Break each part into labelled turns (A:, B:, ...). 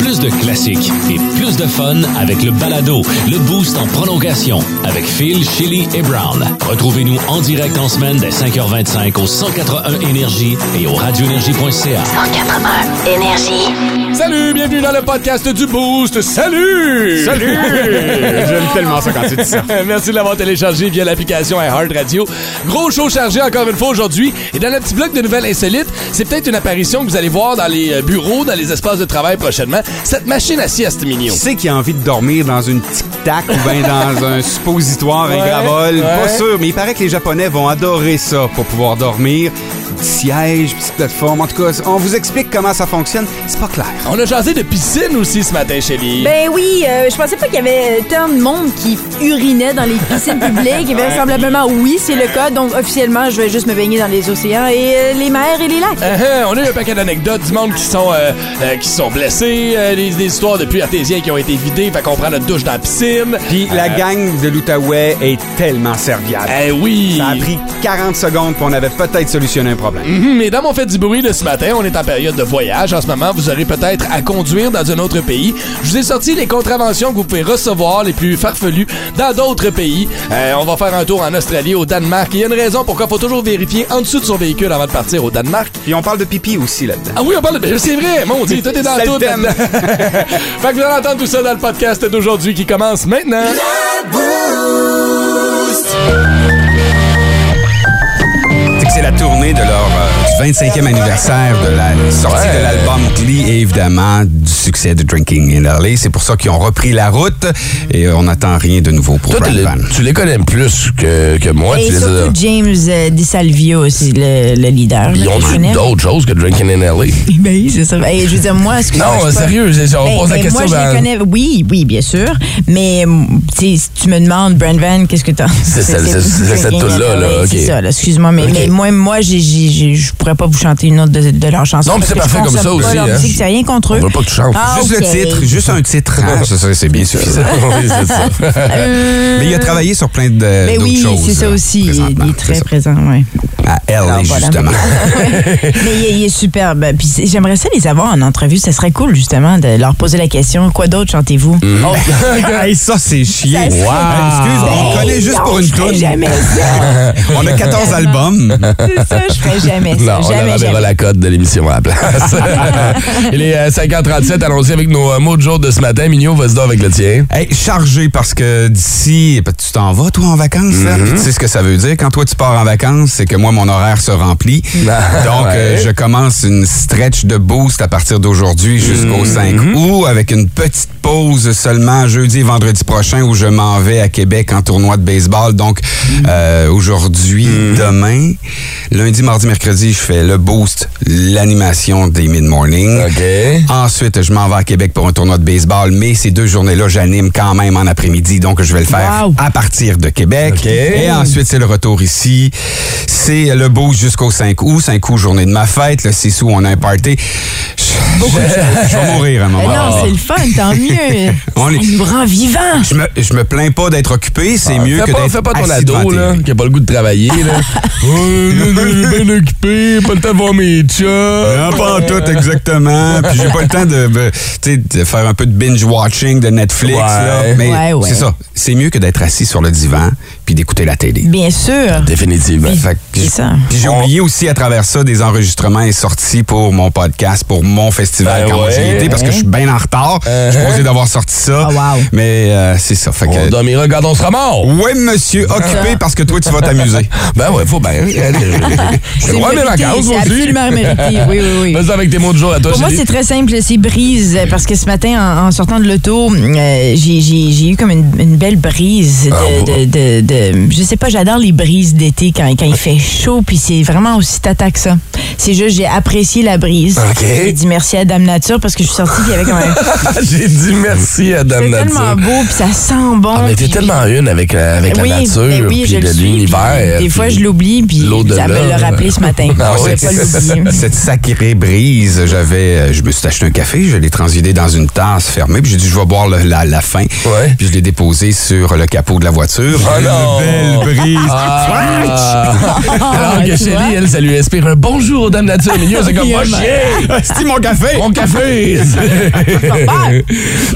A: Plus de classiques et plus de fun avec le balado, le boost en prolongation avec Phil, Chili et Brown. Retrouvez-nous en direct en semaine dès 5h25 au 181 Énergie et au radioénergie.ca.
B: 181 Énergie.
C: Salut, bienvenue dans le podcast du Boost. Salut!
D: Salut! J'aime tellement ça quand tu dis ça.
C: Merci de l'avoir téléchargé via l'application iHeart Radio. Gros show chargé encore une fois aujourd'hui. Et dans le petit bloc de nouvelles insolites, c'est peut-être une apparition que vous allez voir dans les euh, bureaux, dans les espaces de travail prochainement. Cette machine à sieste, mignon.
D: Qui c'est qui a envie de dormir dans une tic-tac ou bien dans un suppositoire, un gravol?
C: ouais.
D: Pas sûr, mais il paraît que les Japonais vont adorer ça pour pouvoir dormir. Petit siège, petite plateforme. En tout cas, on vous explique comment ça fonctionne. C'est pas clair.
C: On a jasé de piscine aussi ce matin, Chélie.
E: Ben oui, euh, je pensais pas qu'il y avait tant de monde qui urinait dans les piscines publiques. Et vraisemblablement, oui, c'est le cas. Donc, officiellement, je vais juste me baigner dans les océans et euh, les mers et les lacs.
C: Ah, ah, on a eu un paquet d'anecdotes du monde qui sont euh, euh, qui sont blessés, euh, des, des histoires de puits artésiens qui ont été vidés, fait qu'on prend notre douche dans la piscine.
D: Puis
C: Euh.
D: la gang de l'Outaouais est tellement serviable.
C: Eh oui!
D: Ça a pris 40 secondes qu'on avait peut-être solutionné un problème.
C: Mhm, Mesdames, on fait du bruit de ce matin. On est en période de voyage. En ce moment, vous aurez peut-être à conduire dans un autre pays. Je vous ai sorti les contraventions que vous pouvez recevoir, les plus farfelues, dans d'autres pays. Euh, on va faire un tour en Australie, au Danemark. Il y a une raison pourquoi il faut toujours vérifier en dessous de son véhicule avant de partir au Danemark.
D: Puis on parle de pipi aussi là-dedans.
C: Ah oui, on parle de... C'est vrai, mon Dieu, tout est dans
D: C'est le
C: tout.
D: thème.
C: là-dedans. fait que vous allez entendre tout ça dans le podcast d'aujourd'hui qui commence maintenant.
D: C'est que c'est la tournée de leur euh, du 25e anniversaire de la sortie de l'album Glee et évidemment du succès de Drinking in Early. C'est pour ça qu'ils ont repris la route et euh, on n'attend rien de nouveau pour
F: Toi, t'es
D: Brad
F: le-
D: Van.
F: tu les connais plus que, que moi.
E: et
F: tu les as-
E: surtout James euh, DiSalvio aussi, le, le leader.
F: Ils
E: là,
F: ont
E: que je connais.
F: vu d'autres choses que Drinking in LA.
E: Ben oui, c'est ça. Ben, je veux dire, moi, ce que
F: Non,
E: je suis pas-
F: sérieux, c'est- on pose la
E: ben,
F: question,
E: Moi, je les
F: ben-
E: connais. Oui, oui, bien sûr. Mais mm, tu sais, si tu me demandes, Brand Van, qu'est-ce que t'as
F: C'est celle- c'est- c'est cette toune-là, là,
E: Ouais,
F: ok.
E: C'est ça, là, excuse-moi, mais,
F: Ok.
E: mais moi, moi, j'ai- j'ai- j'ai- je pourrais pas vous chanter une autre de, de leurs chansons.
F: Non, mais
E: parce
F: c'est
E: que je
F: parfait comme ça
E: consomme pas
F: aussi,
E: leur
F: hein.
E: musique, C'est rien contre eux.
F: On veut pas que tu chantes.
E: Ah,
D: Juste
E: ok.
D: le titre, juste un titre. hein, c'est ça, c'est bien suffisant.
F: Oui, c'est ça.
D: Mais il a travaillé sur plein de
E: Ben
D: d'autres
E: oui,
D: choses.
E: c'est ça
D: euh,
E: aussi.
D: présentement,
E: Il est
D: c'est
E: très
D: ça.
E: présent, ouais.
D: À LA,
E: Alors, voilà.
D: justement.
E: Mais il est, il est superbe. Puis c'est- j'aimerais ça les avoir en entrevue. Ça serait cool, justement, de leur poser la question. Quoi d'autre chantez-vous?
D: Hey, ça, c'est chiant.
E: Ça serait-
D: Excuse, on
E: Ben,
D: connaît juste
E: non,
D: pour une
E: je ferais
D: toune.
E: jamais ça.
D: On a 14 albums.
E: C'est ça, je ferais jamais ça.
F: Non, on
E: jamais,
F: avait
E: jamais.
F: la cote de l'émission à la place. Il est euh, 5h37, allons-y avec nos euh, mots de jour de ce matin. Mignot, vas-y donc avec le tien.
D: Hey, chargé parce que d'ici, ben, tu t'en vas, toi, en vacances. là.
F: Mm-hmm.
D: Puis Tu sais ce que ça veut dire. Quand toi, tu pars en vacances, c'est que moi, mon horaire se remplit. Donc, euh,
F: Ah, Ouais.
D: je commence une stretch de boost à partir d'aujourd'hui jusqu'au
F: Mm-hmm.
D: 5 août avec une petite pause seulement jeudi et vendredi prochain où je m'en vais à Québec en tournoi de baseball. Donc,
F: Mm-hmm.
D: euh, aujourd'hui, demain, lundi, mardi, mercredi, je fais le boost, l'animation des mid-morning.
F: OK.
D: Ensuite, je m'en vais à Québec pour un tournoi de baseball, mais ces deux journées-là, j'anime quand même en après-midi, donc je vais le faire
E: Wow.
D: à partir de Québec.
F: OK.
D: Et ensuite, c'est le retour ici. C'est le beau jusqu'au 5 août. 5 août, journée de ma fête. Le 6 août, on a un party. Je, je- je vais mourir
F: Eh
D: à un
E: Mais
D: moment.
E: Eh
F: Ah.
E: non, c'est le fun, tant mieux.
D: On
E: on
D: est-
E: nous rend vivants.
D: Je me, je me plains pas d'être occupé, c'est mieux
F: Ah, fais
D: que
F: pas,
D: d'être
F: fais pas ton
D: assis devant
F: ado,
D: la
F: là,
D: télé.
F: qui a pas le goût de travailler, là. Euh, là, là, je suis bien occupé, pas le temps de voir mes chats.
E: Ah,
D: Non, pas en tout, exactement. Puis j'ai pas le temps de, ben, tu sais, de faire un peu de binge-watching de Netflix.
F: Ouais.
D: là. Mais
E: Ouais, ouais.
D: c'est ça. C'est mieux que d'être assis sur le divan puis d'écouter la télé.
E: Bien sûr.
F: Définitivement.
D: Fait que
E: C'est
D: j-
E: ça.
D: Puis j'ai
F: On-
D: oublié aussi à travers ça des enregistrements et sorties pour mon podcast, pour mon festival
F: Ben
D: quand
F: ouais. Uh-huh. Oh,
D: j'ai été, parce que je suis bien en retard. Je suis posé d'avoir sorti ça.
E: Ah, wow.
D: Mais euh, c'est ça. Fait
F: On Ah.
D: que,
F: dormira quand on sera mort.
D: ouais, monsieur, occupé parce que toi, tu vas t'amuser.
F: Ben ouais, faut bien.
E: C'est
F: J'ai droit à mes
E: mérité,
F: vacances
E: c'est
F: aussi.
E: absolument mérité. Oui, oui, oui.
F: Vas-y avec tes mots de jour à toi,
E: Pour moi,
F: chérie.
E: c'est très simple, c'est brise. euh, Parce que ce matin, en, en sortant de l'auto, euh, j'ai- j'ai j'ai eu comme une, une belle brise. De,
F: Ah,
E: de, de, de- je sais pas, j'adore les brises d'été quand, quand il fait chaud, puis c'est vraiment aussi tata que ça. C'est juste, j'ai apprécié la brise.
F: Ok.
E: J'ai dit merci à Dame Nature parce que je suis sortie, puis il y avait comme un.
F: Ah, J'ai dit merci à Dame
E: C'est
F: Nature.
E: tellement beau, puis ça sent bon.
F: Ah, mais t'es
E: puis-
F: tellement une avec, la- avec
E: oui,
F: la nature,
E: ben oui,
F: puis
E: je
F: le-
E: le suis,
F: l'univers.
E: puis Des
F: puis
E: fois, je l'oublie, puis.
F: de
E: Ça
F: là.
E: me l'a rappelé ce matin.
F: Ah
E: Je
F: ouais.
E: vais pas l'oublier.
D: Cette sacrée brise, j'avais, euh, je me suis acheté un café, je l'ai transidé dans une tasse fermée, puis j'ai dit je vais boire le- la, la fin,
F: Ouais.
D: puis je l'ai déposé sur le capot de la voiture.
F: Oh non!
D: Une belle brise.
F: Ah. Alors que
E: ben tu vois.
F: Shelly, elle, ça lui inspire un bonjour, dame nature au milieu. C'est comme, moi, chier!
E: Ah,
D: C'est mon café.
F: Mon café!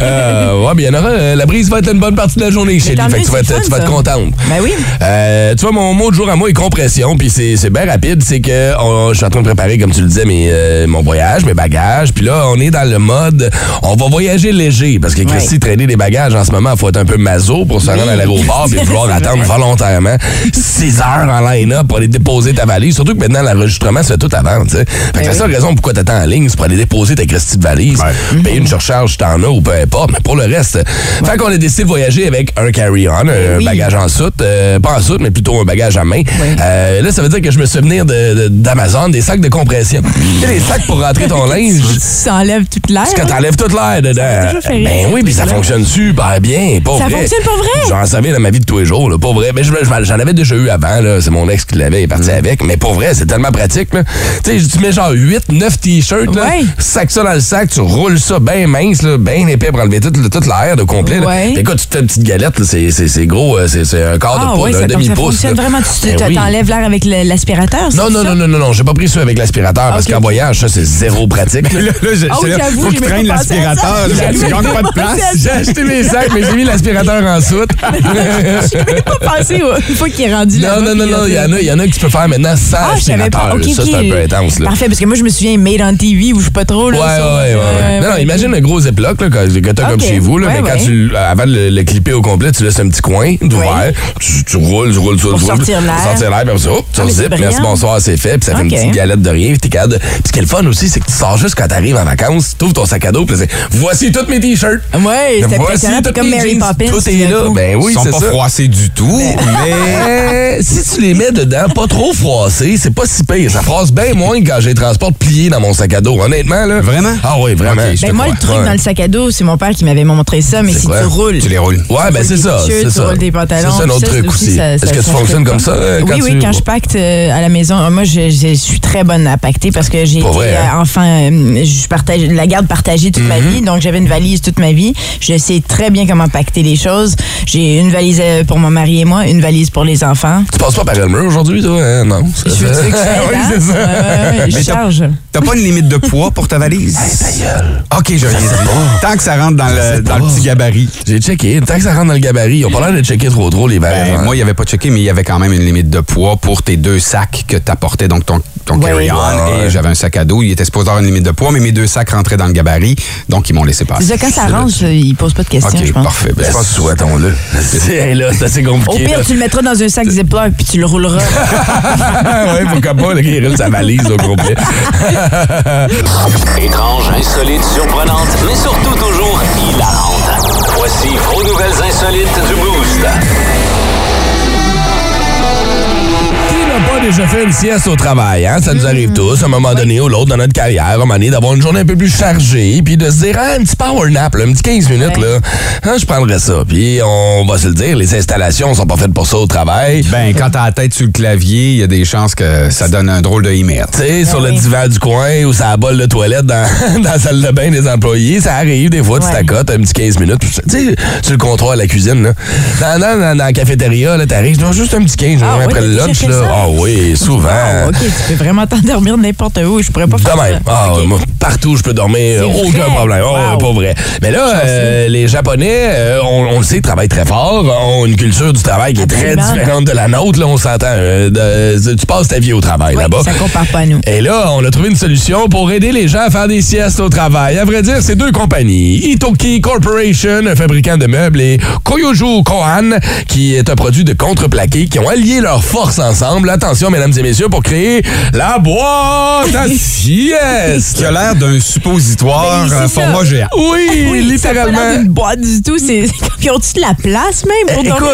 F: euh, ouais, mais il y en aura. euh, la brise va être là une bonne partie de la journée, Shelly.
E: tant
F: Fait que
E: mieux,
F: tu vas
E: c'est
F: être,
E: le
F: tu
E: fun,
F: vas être
E: ça.
F: contente.
E: Ben oui.
F: Euh, tu vois, mon mot de jour à moi est compression, puis c'est c'est bien rapide. C'est que on- je suis en train de préparer, comme tu le disais, mes, euh, mon voyage, mes bagages. Puis là, on est dans le mode, on va voyager léger. Parce que Christy,
E: Ouais.
F: traîner des bagages en ce moment, faut être un peu maso pour se rendre à l'aéroport et vouloir
E: C'est
F: attendre volontairement 6 heures en line-up pour aller déposer ta valise. Surtout que maintenant, l'enregistrement se fait tout avant. tu sais. Fait
E: Eh
F: que la seule raison pourquoi t'attends en ligne, c'est pour aller déposer ta Christy de valise. Payer une surcharge, t'en as ou peu importe. Mais pour le reste, fait qu'on a décidé de voyager avec un carry-on, un
E: Eh oui.
F: bagage en soute, euh, pas en soute, mais plutôt un bagage à main. Euh, là, ça veut dire que je me suis venir de- de- d'Amazon des sacs de compression. Tu sais, les sacs pour rentrer ton linge.
E: Tu t'enlèves toute l'air.
F: Parce que t'enlèves toute l'air
E: m'a
F: dedans.
E: toujours fait rire,
F: Ben oui,
E: cette
F: puis ça
E: idée-là.
F: fonctionne super bien, pas
E: Ça
F: vrai.
E: fonctionne pas vrai?
F: J'en savais dans ma vie de tous les jours, là, pas vrai. Mais je- je- j'en avais déjà eu avant, là. C'est mon ex qui l'avait, il est
D: Mm.
F: parti avec. Mais pour vrai, c'est tellement pratique, là. Tu sais, tu mets genre 8, 9 t-shirts, là.
E: Ouais.
F: Sac ça dans le sac, tu roules ça bien mince, là, bien épais pour enlever toute toute l'air de complet, là.
E: Ouais.
F: Puis Écoute, tu te fais une petite galette, là, c'est- c'est c'est gros, euh, c'est c'est un quart de
E: Ah
F: pouce,
E: oui,
F: un
E: ça, comme ça
F: demi-pouce.
E: fonctionne
F: là.
E: vraiment. Tu
F: Ben
E: tu-
F: oui.
E: t'enlèves l'air avec le- l'aspirateur, c'est
F: Non, non,
E: ça?
F: non, non, non, non, j'ai pas pris ça avec l'aspirateur parce
E: Ok.
F: qu'en voyage, ça, c'est zéro pratique. là.
D: Là, là, j'ai-
E: Ah oui,
D: c'est là,
E: j'avoue,
D: faut que
E: j'ai
D: tu
E: même
D: traînes
E: pas pensé à ça.
F: Ah,
D: l'aspirateur. là, Tu gagnes pas de place.
F: J'ai acheté mes sacs, mais j'ai mis l'aspirateur en soute.
E: Je n'ai même pas pensé au- une fois qu'il est rendu là.
F: Non, non, non, non, il y en a, il y en a que tu peux faire maintenant sans
E: Ah, je savais pas.
F: aspirateur.
E: Ok,
F: Ça, c'est un
E: ok.
F: peu intense, là.
E: Parfait, parce que moi, je me souviens Made on TV ou je sais pas trop. Là,
F: Ouais, ouais,
E: sur-
F: ouais, ouais.
E: euh,
F: Non, non,
E: ouais.
F: imagine un gros ziploc là, que, que t'as
E: Ok.
F: comme chez vous, là,
E: Ouais,
F: mais quand
E: ouais.
F: tu, avant de le, le clipper au complet, tu laisses un petit coin d'ouvert, tu, tu roules, tu roules, tu roules, tu roules.
E: sortir l'air.
F: Pour sortir l'air, puis après ça, hop, tu
E: Ah, mais c'est
F: zippes, merci,
E: brillant.
F: bonsoir, c'est fait, puis ça fait
E: Ok.
F: une petite galette de rien, puis t'es capable de- Puis ce qui est le fun aussi, c'est que tu sors juste quand t'arrives en vacances, t'ouvres ton sac à dos, puis c'est voici tous mes t-shirts.
E: Ouais, c'est
F: Voici
E: impressionnant.
F: tous
E: T'es comme
F: mes
E: Mary
F: jeans,
E: Poppins.
F: Tout est là. Ben oui,
D: Ils sont
F: c'est
D: pas
F: ça.
D: froissés du tout, mais
F: Euh, si tu les mets dedans, pas trop froissés, c'est pas si pire. Ça froisse bien moins que quand j'ai les transporte plié dans mon sac à dos. Honnêtement, là.
D: Vraiment?
F: Ah oui, vraiment.
D: Ok, je
F: Je
E: Ben
F: te
E: moi, le
F: crois.
E: truc
F: Ouais.
E: dans le sac à dos, c'est mon père qui m'avait montré ça, mais
F: C'est
E: si
F: quoi?
E: tu roules.
D: tu les roules.
F: Ouais,
E: roules
F: ben c'est
E: des
F: ça.
E: t-shirts,
F: C'est
E: tu
F: ça.
E: roules des pantalons.
F: Ça, c'est un
E: puis
F: autre
E: ça,
F: truc
E: aussi,
F: aussi.
E: ça- ça
F: Est-ce que tu
E: fonctionne
F: fonctionnes comme ça? euh,
E: oui, oui,
F: tu-
E: quand je pacte euh, à la maison, euh, moi, je, je- je suis très bonne à pacter parce que j'ai été
F: Pas vrai, hein? Mm-hmm.
E: euh, enfant, euh, je partage la garde partagée toute ma vie, donc j'avais une valise toute ma vie. Je sais très bien comment pacter les choses. J'ai une valise euh, pour mon mari et moi, une valise pour les enfants.
F: Tu passes pas par le mur aujourd'hui, toi? hein? Non.
E: Je suis
F: ça.
E: oui, c'est ça. je
D: Mais t'as-
E: charge.
F: Ah,
D: T'as pas une limite de poids pour ta valise? OK, je rien dit. Tant que ça rentre dans le, dans le
F: pas.
D: petit gabarit.
F: J'ai checké. Tant que ça rentre dans le gabarit, ils ont pas l'air de checker trop trop les hein.
D: Ben,
F: valeurs.
D: Moi, il n'y avait pas checké, mais il y avait quand même une limite de poids pour tes deux sacs que t'apportais, donc ton, ton
E: Ouais,
D: carry-on.
F: ouais. Ouais.
D: Et j'avais un sac à dos. Il était supposé avoir une limite de poids, mais mes deux sacs rentraient dans le gabarit, donc ils m'ont laissé
E: C'est
D: passer.
E: ça, quand ça range, il pose pas de questions,
D: OK,
E: je pense.
D: parfait. Ben,
F: Ben,
D: je pense-
F: souhaitons-le. C'est là, c'est assez
E: Au
F: compliqué.
E: pire,
F: là.
E: tu le mettras dans un sac Ziploc puis tu le rouleras.
F: ouais, pourquoi pas, le gars, il roule sa valise au complet.
A: Étrange, insolite, surprenante, mais surtout toujours hilarante. Voici vos nouvelles insolites du Boost.
F: Qui n'a pas déjà fait une sieste au travail, hein? Ça nous
E: Hmm.
F: arrive tous, à un moment donné ou l'autre dans notre carrière, à un moment donné, d'avoir une journée un peu plus chargée, puis de se dire, ah, un petit power nap, là, un petit 15 minutes, là, hein, je prendrais ça. Puis on va se le dire, les installations sont pas faites pour ça au travail.
D: Ben, quand t'as la tête sur le clavier, il y a des chances que ça donne un drôle de email.
F: Tu sais, sur le
E: oui.
F: divan du coin ou sur la bolle de toilette dans, dans la salle de bain des employés, ça arrive des fois, tu
E: Ouais.
F: t'accotes un petit 15 minutes. puis Tu sais, sur le comptoir à la cuisine, là. Dans, dans, dans- dans la cafétéria, là, t'arrives, non, juste un petit 15
E: Ah
F: minutes
E: oui,
F: après le
E: t'as déjà
F: lunch,
E: fait
F: là.
E: ça?
F: Ah oui, souvent.
E: Ah, ok, tu peux vraiment t'endormir n'importe où. Je pourrais pas faire
F: De
E: ça.
F: même. Ah, moi, partout, je peux dormir.
E: C'est
F: Aucun
E: vrai?
F: problème. Oh,
E: Wow.
F: Pas vrai. Mais là, euh, les Japonais, euh, on, on le sait, travaillent très fort, ont une culture du travail qui est très
E: Absolument.
F: différente de la nôtre. Là, on s'entend. Euh, de- tu passes ta vie au travail
E: Oui,
F: là-bas.
E: ça compare pas à nous.
F: Et là, on a trouvé une solution pour aider les gens à faire des siestes au travail. À vrai dire, c'est deux compagnies. Itoki Corporation, un fabricant de meubles, et Koyoju Kohan, qui est un produit de contreplaqué, qui ont allié leurs forces ensemble. Attention, mesdames et messieurs, pour créer la boîte à sieste.
D: Qui a l'air d'un suppositoire
E: Ben, c'est
D: euh,
E: ça.
D: format géant.
F: Oui,
E: Ça a pas l'air
F: littéralement. Eh,
E: d'une boîte du tout. C'est ils ont-tu de la place même pour dormir
F: Écoute,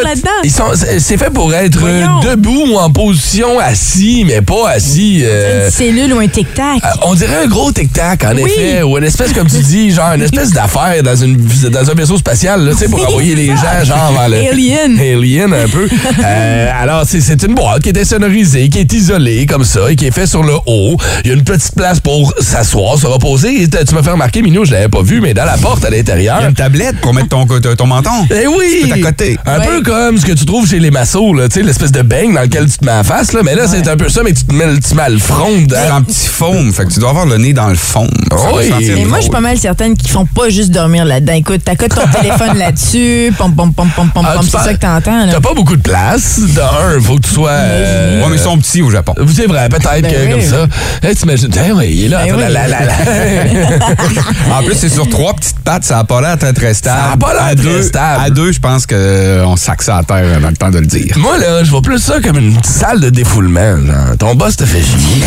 F: ils
E: là-dedans?
F: sont- c'est c'est fait pour être euh,
E: Voyons.
F: debout ou en position assis, mais pas assis. euh,
E: Une cellule ou un tic-tac?
F: Euh, on dirait un gros tic-tac, en effet, ou une espèce, comme tu dis, genre une espèce d'affaire dans, une, dans un vaisseau spatial, là, tu sais, pour
E: Oui,
F: envoyer les
E: c'est
F: gens,
E: ça.
F: genre, vers le...
E: Alien.
F: Alien, un peu. Euh, alors, c'est- c'est une boîte qui est sonorisé, qui est isolé comme ça et qui est fait sur le haut. Il y a une petite place pour s'asseoir, se reposer. Et t- tu m'as fait remarquer, Minou, je l'avais pas vu, mais dans la porte à
D: Il y a
F: l'intérieur.
D: une tablette pour mettre ton, ton menton.
F: Eh oui!
D: Tu peux t'accoter.
F: Un
E: Ouais.
F: peu comme ce que tu trouves chez les massos, là, tu sais, l'espèce de beigne dans lequel tu te mets à face, là. Mais là, c'est un peu ça, mais tu te mets, le- tu mets le front dedans.
D: C'est un petit foam, fait que tu dois avoir le nez dans le foam. Ça doit
F: Oui.
D: sentir
E: Mais moi, je suis pas
D: drôle.
E: mal certaine qu'ils font pas juste dormir là-dedans. Écoute, t'accotes ton téléphone là-dessus, pom pom pom pom pom
F: Ah,
E: pom,
F: tu
E: c'est
F: parles-
E: ça que t'entends. là.
F: T'as pas beaucoup de place. De un, faut que tu sois. euh,
D: Ouais, mais ils sont petits au Japon.
F: Vous savez, vrai,
E: Ben
F: peut-être que
E: oui.
F: comme ça. Hey, T'imagines, hey, ouais, il est là.
E: Ben
F: attends,
E: oui.
F: la, la, la, la.
D: En plus, c'est sur trois petites pattes, ça a pas l'air très, très stable.
F: Ça a pas l'air
D: À
F: très
D: deux-
F: stable.
D: À deux, je pense qu'on sac ça à terre euh, dans le temps de le dire.
F: Moi, là, je vois plus ça comme une salle de défoulement. Genre. Ton boss te fait chier.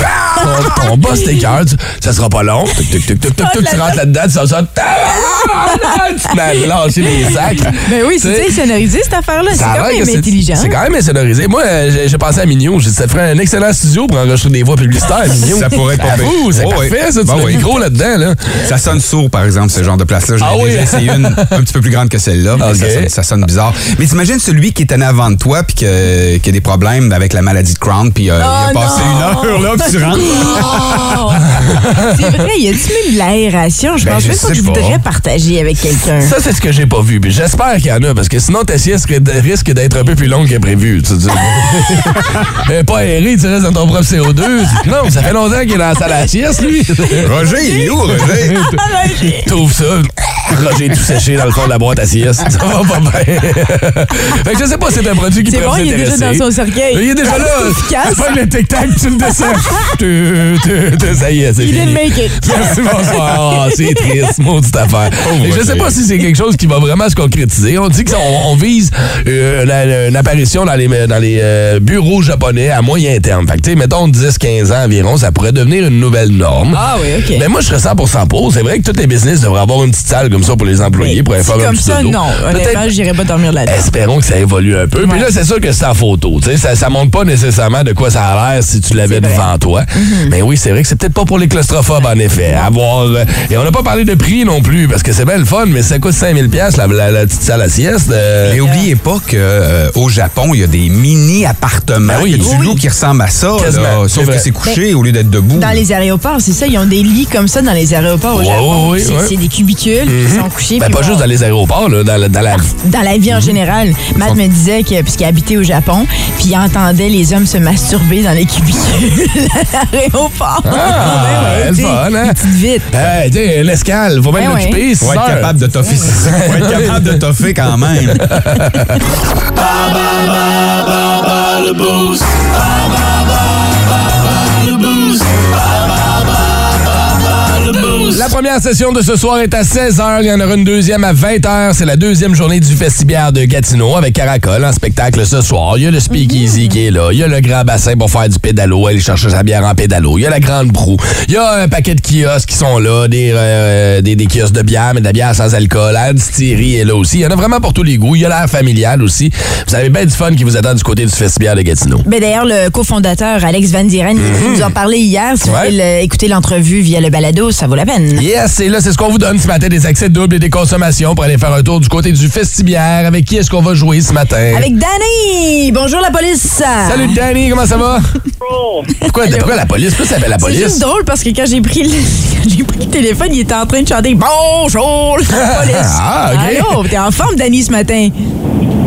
F: ton, ton boss t'écœure. tu- Ça sera pas long. Tuc, tuc, tuc, tuc, tuc,
E: Ah,
F: tuc, tu rentres là-dedans, tu sors ça. tabarnak, Tu m'as lâché les sacs.
E: Ben oui,
F: Tu sais,
E: c'est ça, sonorisé cette affaire-là. C'est
F: Ça a
E: quand
F: l'air
E: même
F: que
E: intelligent.
F: C'est quand même insonorisé. Moi, euh, j'ai j'ai pensé à Mignon. J'ai dit, ça ferait un excellent studio pour enregistrer des voix publicitaires, Mignon.
D: Ça pourrait être pas pire.
F: Ouh, c'est
D: Oh,
F: parfait,
D: oui.
F: ça. Tu
D: Ben
F: mets
D: oui.
F: le micro là-dedans, là.
D: Ça sonne sourd, par exemple, ce genre de place-là. J'en ai
F: Ah oui?
D: déjà essayé une un petit peu plus grande que celle-là, mais ça,
F: Ok.
D: sonne, ça sonne bizarre. Mais t'imagines celui qui est en avant de toi puis que- qui a des problèmes avec la maladie de Crohn, puis euh, il a
E: Oh,
D: passé
E: non!
D: une heure là, puis tu rentres.
E: Oh! C'est vrai, il y a du même de l'aération. Je
D: Ben,
E: pense
D: je
E: même pas que
D: sais
E: je
D: pas.
E: voudrais partager avec quelqu'un.
F: Ça, c'est ce que j'ai pas vu. Puis j'espère qu'il y en a, parce que sinon, ta sieste ri- risque d'être un peu plus longue que prévu. Tu, tu- Euh, pas aéré, tu restes dans ton propre CO2. Non, ça fait longtemps qu'il est dans la salle à la sieste, lui.
D: Roger, il est où, Roger?
F: Trouve ça. Roger tout séché dans le fond de la boîte à sieste. Ça va pas bien. fait que je sais pas si c'est un produit qui
E: C'est
F: peut
E: bon,
F: vous
E: il est déjà
F: intéresser.
E: dans son cercueil.
F: Il est déjà là.
E: C'est efficace.
F: Fais le tic-tac, tu le descends. Ça y est, c'est
E: Il
F: fini.
E: didn't make it.
F: Merci, bonsoir. Ah, c'est triste, maudite affaire.
D: Oh,
F: Et je sais
D: Roger.
F: pas si c'est quelque chose qui va vraiment se concrétiser. On dit qu'on on vise euh, la- la- une apparition dans les, dans les euh, bureaux japonais à moyen terme. Fait que, tu sais, mettons 10-15 ans environ, ça pourrait devenir une nouvelle norme.
E: Ah oui, OK.
F: Mais Ben, moi, je serais 100% pour. C'est vrai que tous les business devraient avoir une petite salle comme ça pour les employés,
E: Mais
F: pour
E: dit
F: informer un
E: comme
F: petit
E: ça,
F: dodo.
E: non. Honnêtement,
F: Peut-être-
E: j'irai pas dormir là-dedans.
F: Espérons que ça évolue un peu. Puis
E: Ouais.
F: là, c'est sûr que c'est en photo. tu sais, Ça, ça montre pas nécessairement de quoi ça a l'air si tu l'avais
E: C'est vrai. Mm-hmm.
F: devant toi. Mais oui, c'est vrai que c'est peut-être pas pour les claustrophobes, en effet. Avoir, euh, et on n'a pas parlé de prix non plus, parce que c'est bien le fun, mais ça coûte 5000$ piastres, la, la, la petite salle à sieste. euh,
D: Et oubliez pas que euh, au Japon, il y a des mini appartements,
F: Ben oui.
D: il y a
F: Oui.
D: du loup qui ressemble à ça, là.
F: Quasiment, c'est
D: sauf
F: vrai. Ben,
D: que c'est couché au lieu d'être debout.
E: Dans les aéroports, c'est ça, ils ont des lits comme ça dans les aéroports au
F: Ouais,
E: Japon.
F: ouais, ouais,
E: c'est
F: ouais.
E: c'est des cubicules, ils sont couchés.
F: ben,
E: puis
F: pas
E: bon.
F: juste dans les aéroports, là, dans, la- dans la...
E: dans la vie en général. Matt me disait que puisqu'il habitait au Japon, puis il entendait les hommes se masturber dans les cubicules à l'aéroport. Ben
F: Ah,
E: Ouais, ouais,
F: le
E: t'sais,
F: fun, hein?
E: une petite vite.
F: Hey, tu sais, l'escale, faut bien
E: Ah. Ben ouais.
F: l'occuper. six
D: Faut être
F: heures.
D: capable de toffer. Faut être capable de toffer quand même.
F: La première session de ce soir est à 16h. Il y en aura une deuxième à 20h. C'est la deuxième journée du Festibière de Gatineau avec Caracol en spectacle ce soir. Il y a le Speakeasy qui est là. Il y a le grand bassin pour faire du pédalo. Elle cherche sa bière en pédalo. Il y a la grande broue. Il y a un paquet de kiosques qui sont là. Des, euh, des, des kiosques de bière, mais de la bière sans alcool. La distillerie est là aussi. Il y en a vraiment pour tous les goûts. Il y a l'air familial aussi. Vous avez bien du fun qui vous attend du côté du Festibière de Gatineau.
E: Ben d'ailleurs, le cofondateur Alex Van Diren il nous en parlait hier. Si vous
F: Mhm. Ouais.
E: voulez le- écouter l'entrevue via le balado, ça vaut la peine.
F: Yes, et là, c'est ce qu'on vous donne ce matin, des accès doubles et des consommations pour aller faire un tour du côté du Festibière. Avec qui est-ce qu'on va jouer ce matin?
E: Avec Danny! Bonjour la police!
F: Salut Danny, comment ça va? Pourquoi, pourquoi la police? Pourquoi ça s'appelle la
E: C'est juste
F: police?
E: drôle parce que quand j'ai pris, le... quand j'ai pris le téléphone, il était en train de chanter Bonjour la police!
F: Ah, ok.
E: Allô, t'es en forme, Danny, ce matin?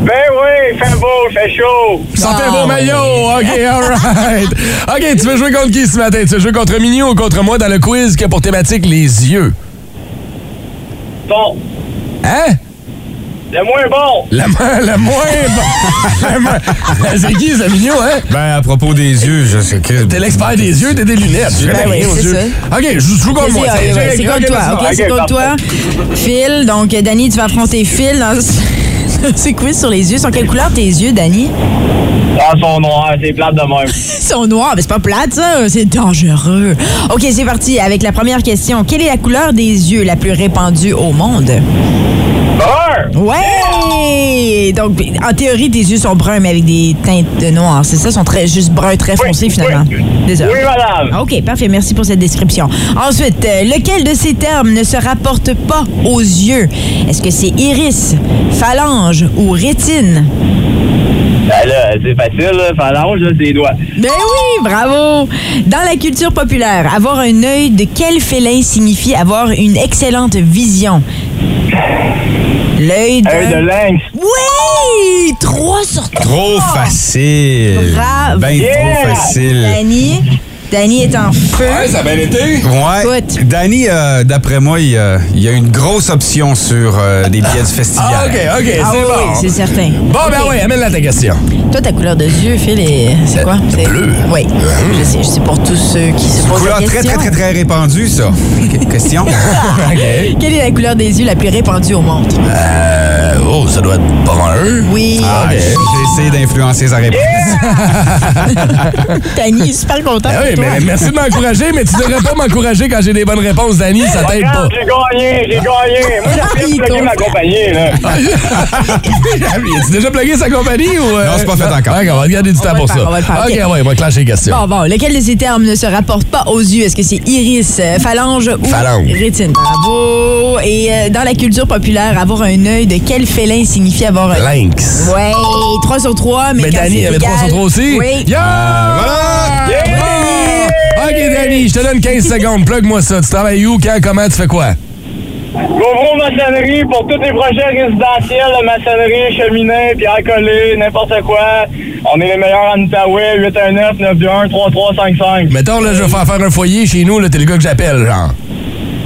G: Ben oui, fait beau, fait chaud.
F: Sortez vos
E: Ah,
F: maillots! OK, alright! OK, tu veux jouer contre qui ce matin? Tu veux jouer contre Mignon ou contre moi dans le quiz qui a pour thématique les yeux?
G: Bon,
F: Hein?
G: le moins bon.
F: La, mo- la moins... la moins- C'est qui, c'est Mignon, hein?
D: Ben, à propos des yeux, je sais que.
F: T'es l'expert des yeux, t'es des lunettes. J'ai
E: Ben
F: rien
E: oui,
F: aux
E: c'est
F: yeux. OK, je joue contre
E: C'est
F: moi.
E: ouais, ouais, euh, c'est contre
F: correct,
E: toi.
F: ok,
E: OK,
F: c'est
E: c'est contre toi. Phil, donc, euh, Danny, tu vas affronter Phil dans ce- ce quiz sur les yeux. Sont quelle couleur tes yeux, Danny?
G: Ah, son noir, c'est plate de même.
E: Ils sont noirs, mais c'est pas plate, ça. C'est dangereux. OK, c'est parti avec la première question. Quelle est la couleur des yeux la plus répandue au monde?
G: Brun!
E: Ouais! Donc, en théorie, tes yeux sont bruns, mais avec des teintes de noir. C'est ça, ils sont très, juste bruns, très foncés, finalement.
G: oui.
E: Désolé. Ah.
G: Oui, madame.
E: OK, parfait. Merci pour cette description. Ensuite, euh, lequel de ces termes ne se rapporte pas aux yeux? Est-ce que c'est iris, phalange, phalange ou rétine?
G: Ben là, c'est facile, là. Phalange, là, c'est les doigts.
E: Ben oui, bravo! Dans la culture populaire, avoir un œil de quel félin signifie avoir une excellente vision? L'œil
G: Un Euh, de
E: de...
G: lynx.
E: Oui! 3 sur 3!
D: Trop facile.
E: Bravo.
D: Ben
G: Yeah!
D: trop facile.
E: Danny, Danny est en feu.
F: ça a bien été.
D: Ouais.
E: Écoute.
D: Danny, euh, d'après moi, il y a, il y a une grosse option sur euh, des billets du festival.
F: Ah, OK, OK, c'est
E: Ah oui,
F: bon.
E: c'est certain.
F: Bon, ben oui, amène-la ta question.
E: Toi, ta couleur de yeux, Phil, est- c'est quoi? C'est
F: bleu.
E: Oui, je sais, je sais pour tous ceux qui se posent la
D: Couleur
E: question.
D: très, très, très, très répandue, ça. Que- Question?
F: OK.
E: Quelle est la couleur des yeux la plus répandue au monde?
F: Euh, oh, ça doit être hein? brun.
E: Oui,
D: Ah, J'ai essayé d'influencer sa réponse.
E: Danny est super content.
F: Ah
E: pour
F: oui,
E: toi.
F: mais merci de m'encourager, mais tu devrais pas m'encourager quand j'ai des bonnes réponses, Dani, ça t'aide pas.
G: Regarde, j'ai gagné, j'ai gagné. Moi, j'ai
E: Ah. Il
G: pu bloquer
E: compte. Ah.
G: ma compagnie, là.
F: As-tu déjà plugué sa compagnie ou. euh,
D: Non, c'est pas fait encore.
F: OK, on va regarder du temps
E: va le
F: pour
E: faire,
F: ça.
E: on va le faire.
F: OK,
E: OK.
F: ouais, on va clasher les questions.
E: Bon, bon, lequel des ces termes ne se rapporte pas aux yeux? Est-ce que c'est iris, euh, phalange ou
F: Phalange.
E: rétine? Bravo! Et euh, dans la culture populaire, avoir un œil de quel félin signifie avoir un...
F: Lynx.
E: Ouais, 3 sur 3, mais,
F: Mais
E: quand
F: Ben, Dani
E: c'est
F: avait 3 sur
E: égal-
F: 3 aussi.
E: Oui.
F: Yeah! Voilà! Bon! OK, Dani, je te donne 15 secondes. Plug-moi ça. Tu travailles où, quand, comment, tu fais quoi?
G: Gros maçonnerie pour tous les projets résidentiels, la maçonnerie, cheminée, pierre collée, n'importe quoi. On est les meilleurs en Outaouais, 819 921 3355.
F: Mettons, là, je vais faire faire un foyer chez nous, là, t'es le gars que j'appelle, genre.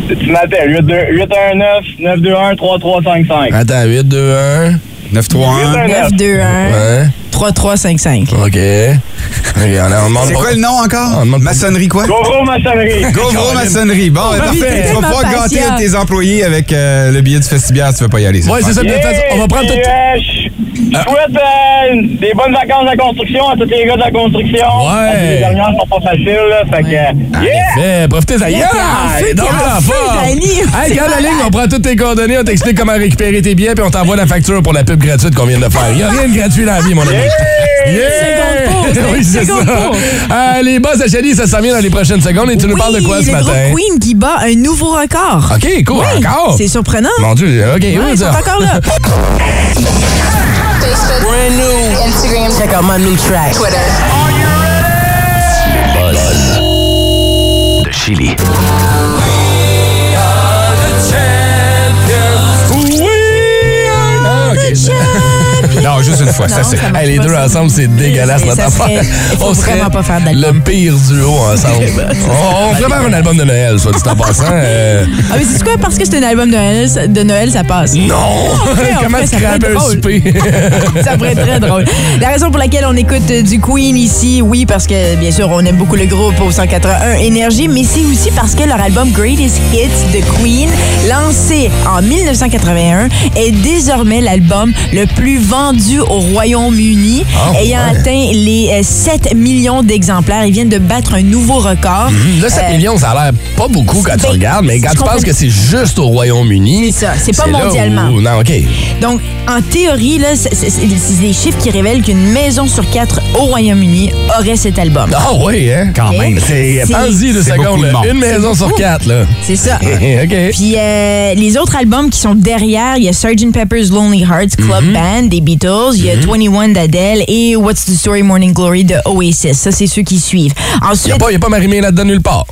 G: Tu m'appelles 819 921 3355.
F: Attends, 8, 2,
E: Hein?
F: 1.
D: 931.
E: 9, 2, 1,
F: Ouais.
E: 3, 3, 5, 5.
F: OK. OK, on, on demande
D: C'est
F: pas-
D: quoi le nom encore?
F: On demande-
D: Maçonnerie quoi?
G: Gros maçonnerie.
D: Gauvreau Maçonnerie.
F: Oh,
D: Bon, ben,
E: t'es
D: parfait. Tu vas
E: tellement
D: pouvoir gâter
E: patient.
D: un de tes employés avec euh, le billet du festival si tu veux pas y aller.
F: Ouais, c'est ça. puis de toute façon, on va prendre
G: Puis,
F: tout. Hein?
G: euh, je- Je souhaite euh, des bonnes vacances de la construction à tous les gars de la construction.
F: Ouais. Ah,
G: Parce que Les dernières sont pas faciles, là. Fait que. Yeah!
F: Eh, profitez ça. Yeah!
E: t'es en feu,
F: Donc,
E: t'es en
F: la
E: feu,
F: forme.
E: Dani.
F: Hey,
E: C'est
F: garde la
E: malade.
F: ligne, on prend toutes tes coordonnées, on t'explique comment récupérer tes billets, puis on t'envoie la facture pour la pub gratuite qu'on vient de faire. Il a rien de gratuit dans la vie, mon ami.
E: Seconde pause,
F: Oui, c'est ça.
E: seconde pause.
F: Euh, les boss à Chali, ça s'en vient dans les prochaines secondes. Et tu nous
E: Oui,
F: parles de quoi ce
E: le
F: matin?
E: groupe Queen qui bat un nouveau record.
F: OK, cool.
E: Oui,
F: Encore?
E: C'est surprenant.
F: Mon Dieu, OK.
E: Ouais,
F: où
E: ils sont
F: ça?
E: encore là.
H: Brand new. Instagram. Check out my new track. Twitter.
A: de Chili.
F: Ah, OK.
D: Non, juste une fois,
E: Non,
D: ça c'est.
E: ça marche
F: Hey, les
E: pas,
F: deux
E: ça.
F: ensemble, c'est dégueulasse
E: C'est-
F: notre
E: ça
F: affaire.
E: serait- faut
F: on serait
E: vraiment pas faire d'album.
F: le pire duo ensemble. on, on prépare un album de Noël, soit dit en passant. euh,
E: Ah, mais c'est quoi? Parce que c'est un album de Noël, ça- de Noël, ça passe.
F: non!
E: fait, on
F: Comment
E: fait,
F: se
E: ça pourrait être
F: craper un
E: drôle.
F: souper?
E: Ça pourrait être très drôle. La raison pour laquelle on écoute euh, du Queen ici, oui, parce que bien sûr, on aime beaucoup le groupe au 181 Énergie, mais c'est aussi parce que leur album Greatest Hits de Queen, lancé en 1981, est désormais l'album le plus vendu au Royaume-Uni,
F: Ah,
E: ayant
F: ouais.
E: atteint les euh, 7 millions d'exemplaires. Ils viennent de battre un nouveau record.
F: Là, 7
E: Euh,
F: millions, ça a l'air pas beaucoup quand tu
E: ben,
F: regardes, mais quand
E: je
F: tu penses
E: comprends-
F: que c'est juste au Royaume-Uni.
E: C'est ça, c'est pas
F: là
E: mondialement.
F: où- non, OK.
E: Donc, en théorie, là, c'est c'est- c'est des chiffres qui révèlent qu'une maison sur quatre au Royaume-Uni aurait cet album.
F: Ah oui, hein? Quand
E: Ok. même.
F: C'est,
E: C'est-
F: pense-y deux
D: C'est beaucoup
F: secondes.
D: de
F: là.
D: monde.
F: Une maison sur quatre, là.
E: C'est ça.
F: OK.
E: Puis euh, les autres albums qui sont derrière, il y a Sgt. Pepper's Lonely Hearts Club
F: Mm-hmm.
E: Band des Beatles, il y a 21 d'Adele et What's the Story Morning Glory de Oasis. Ça, c'est ceux qui suivent.
F: Il
E: Ensuite,
F: n'y a, pas marie là-dedans nulle part.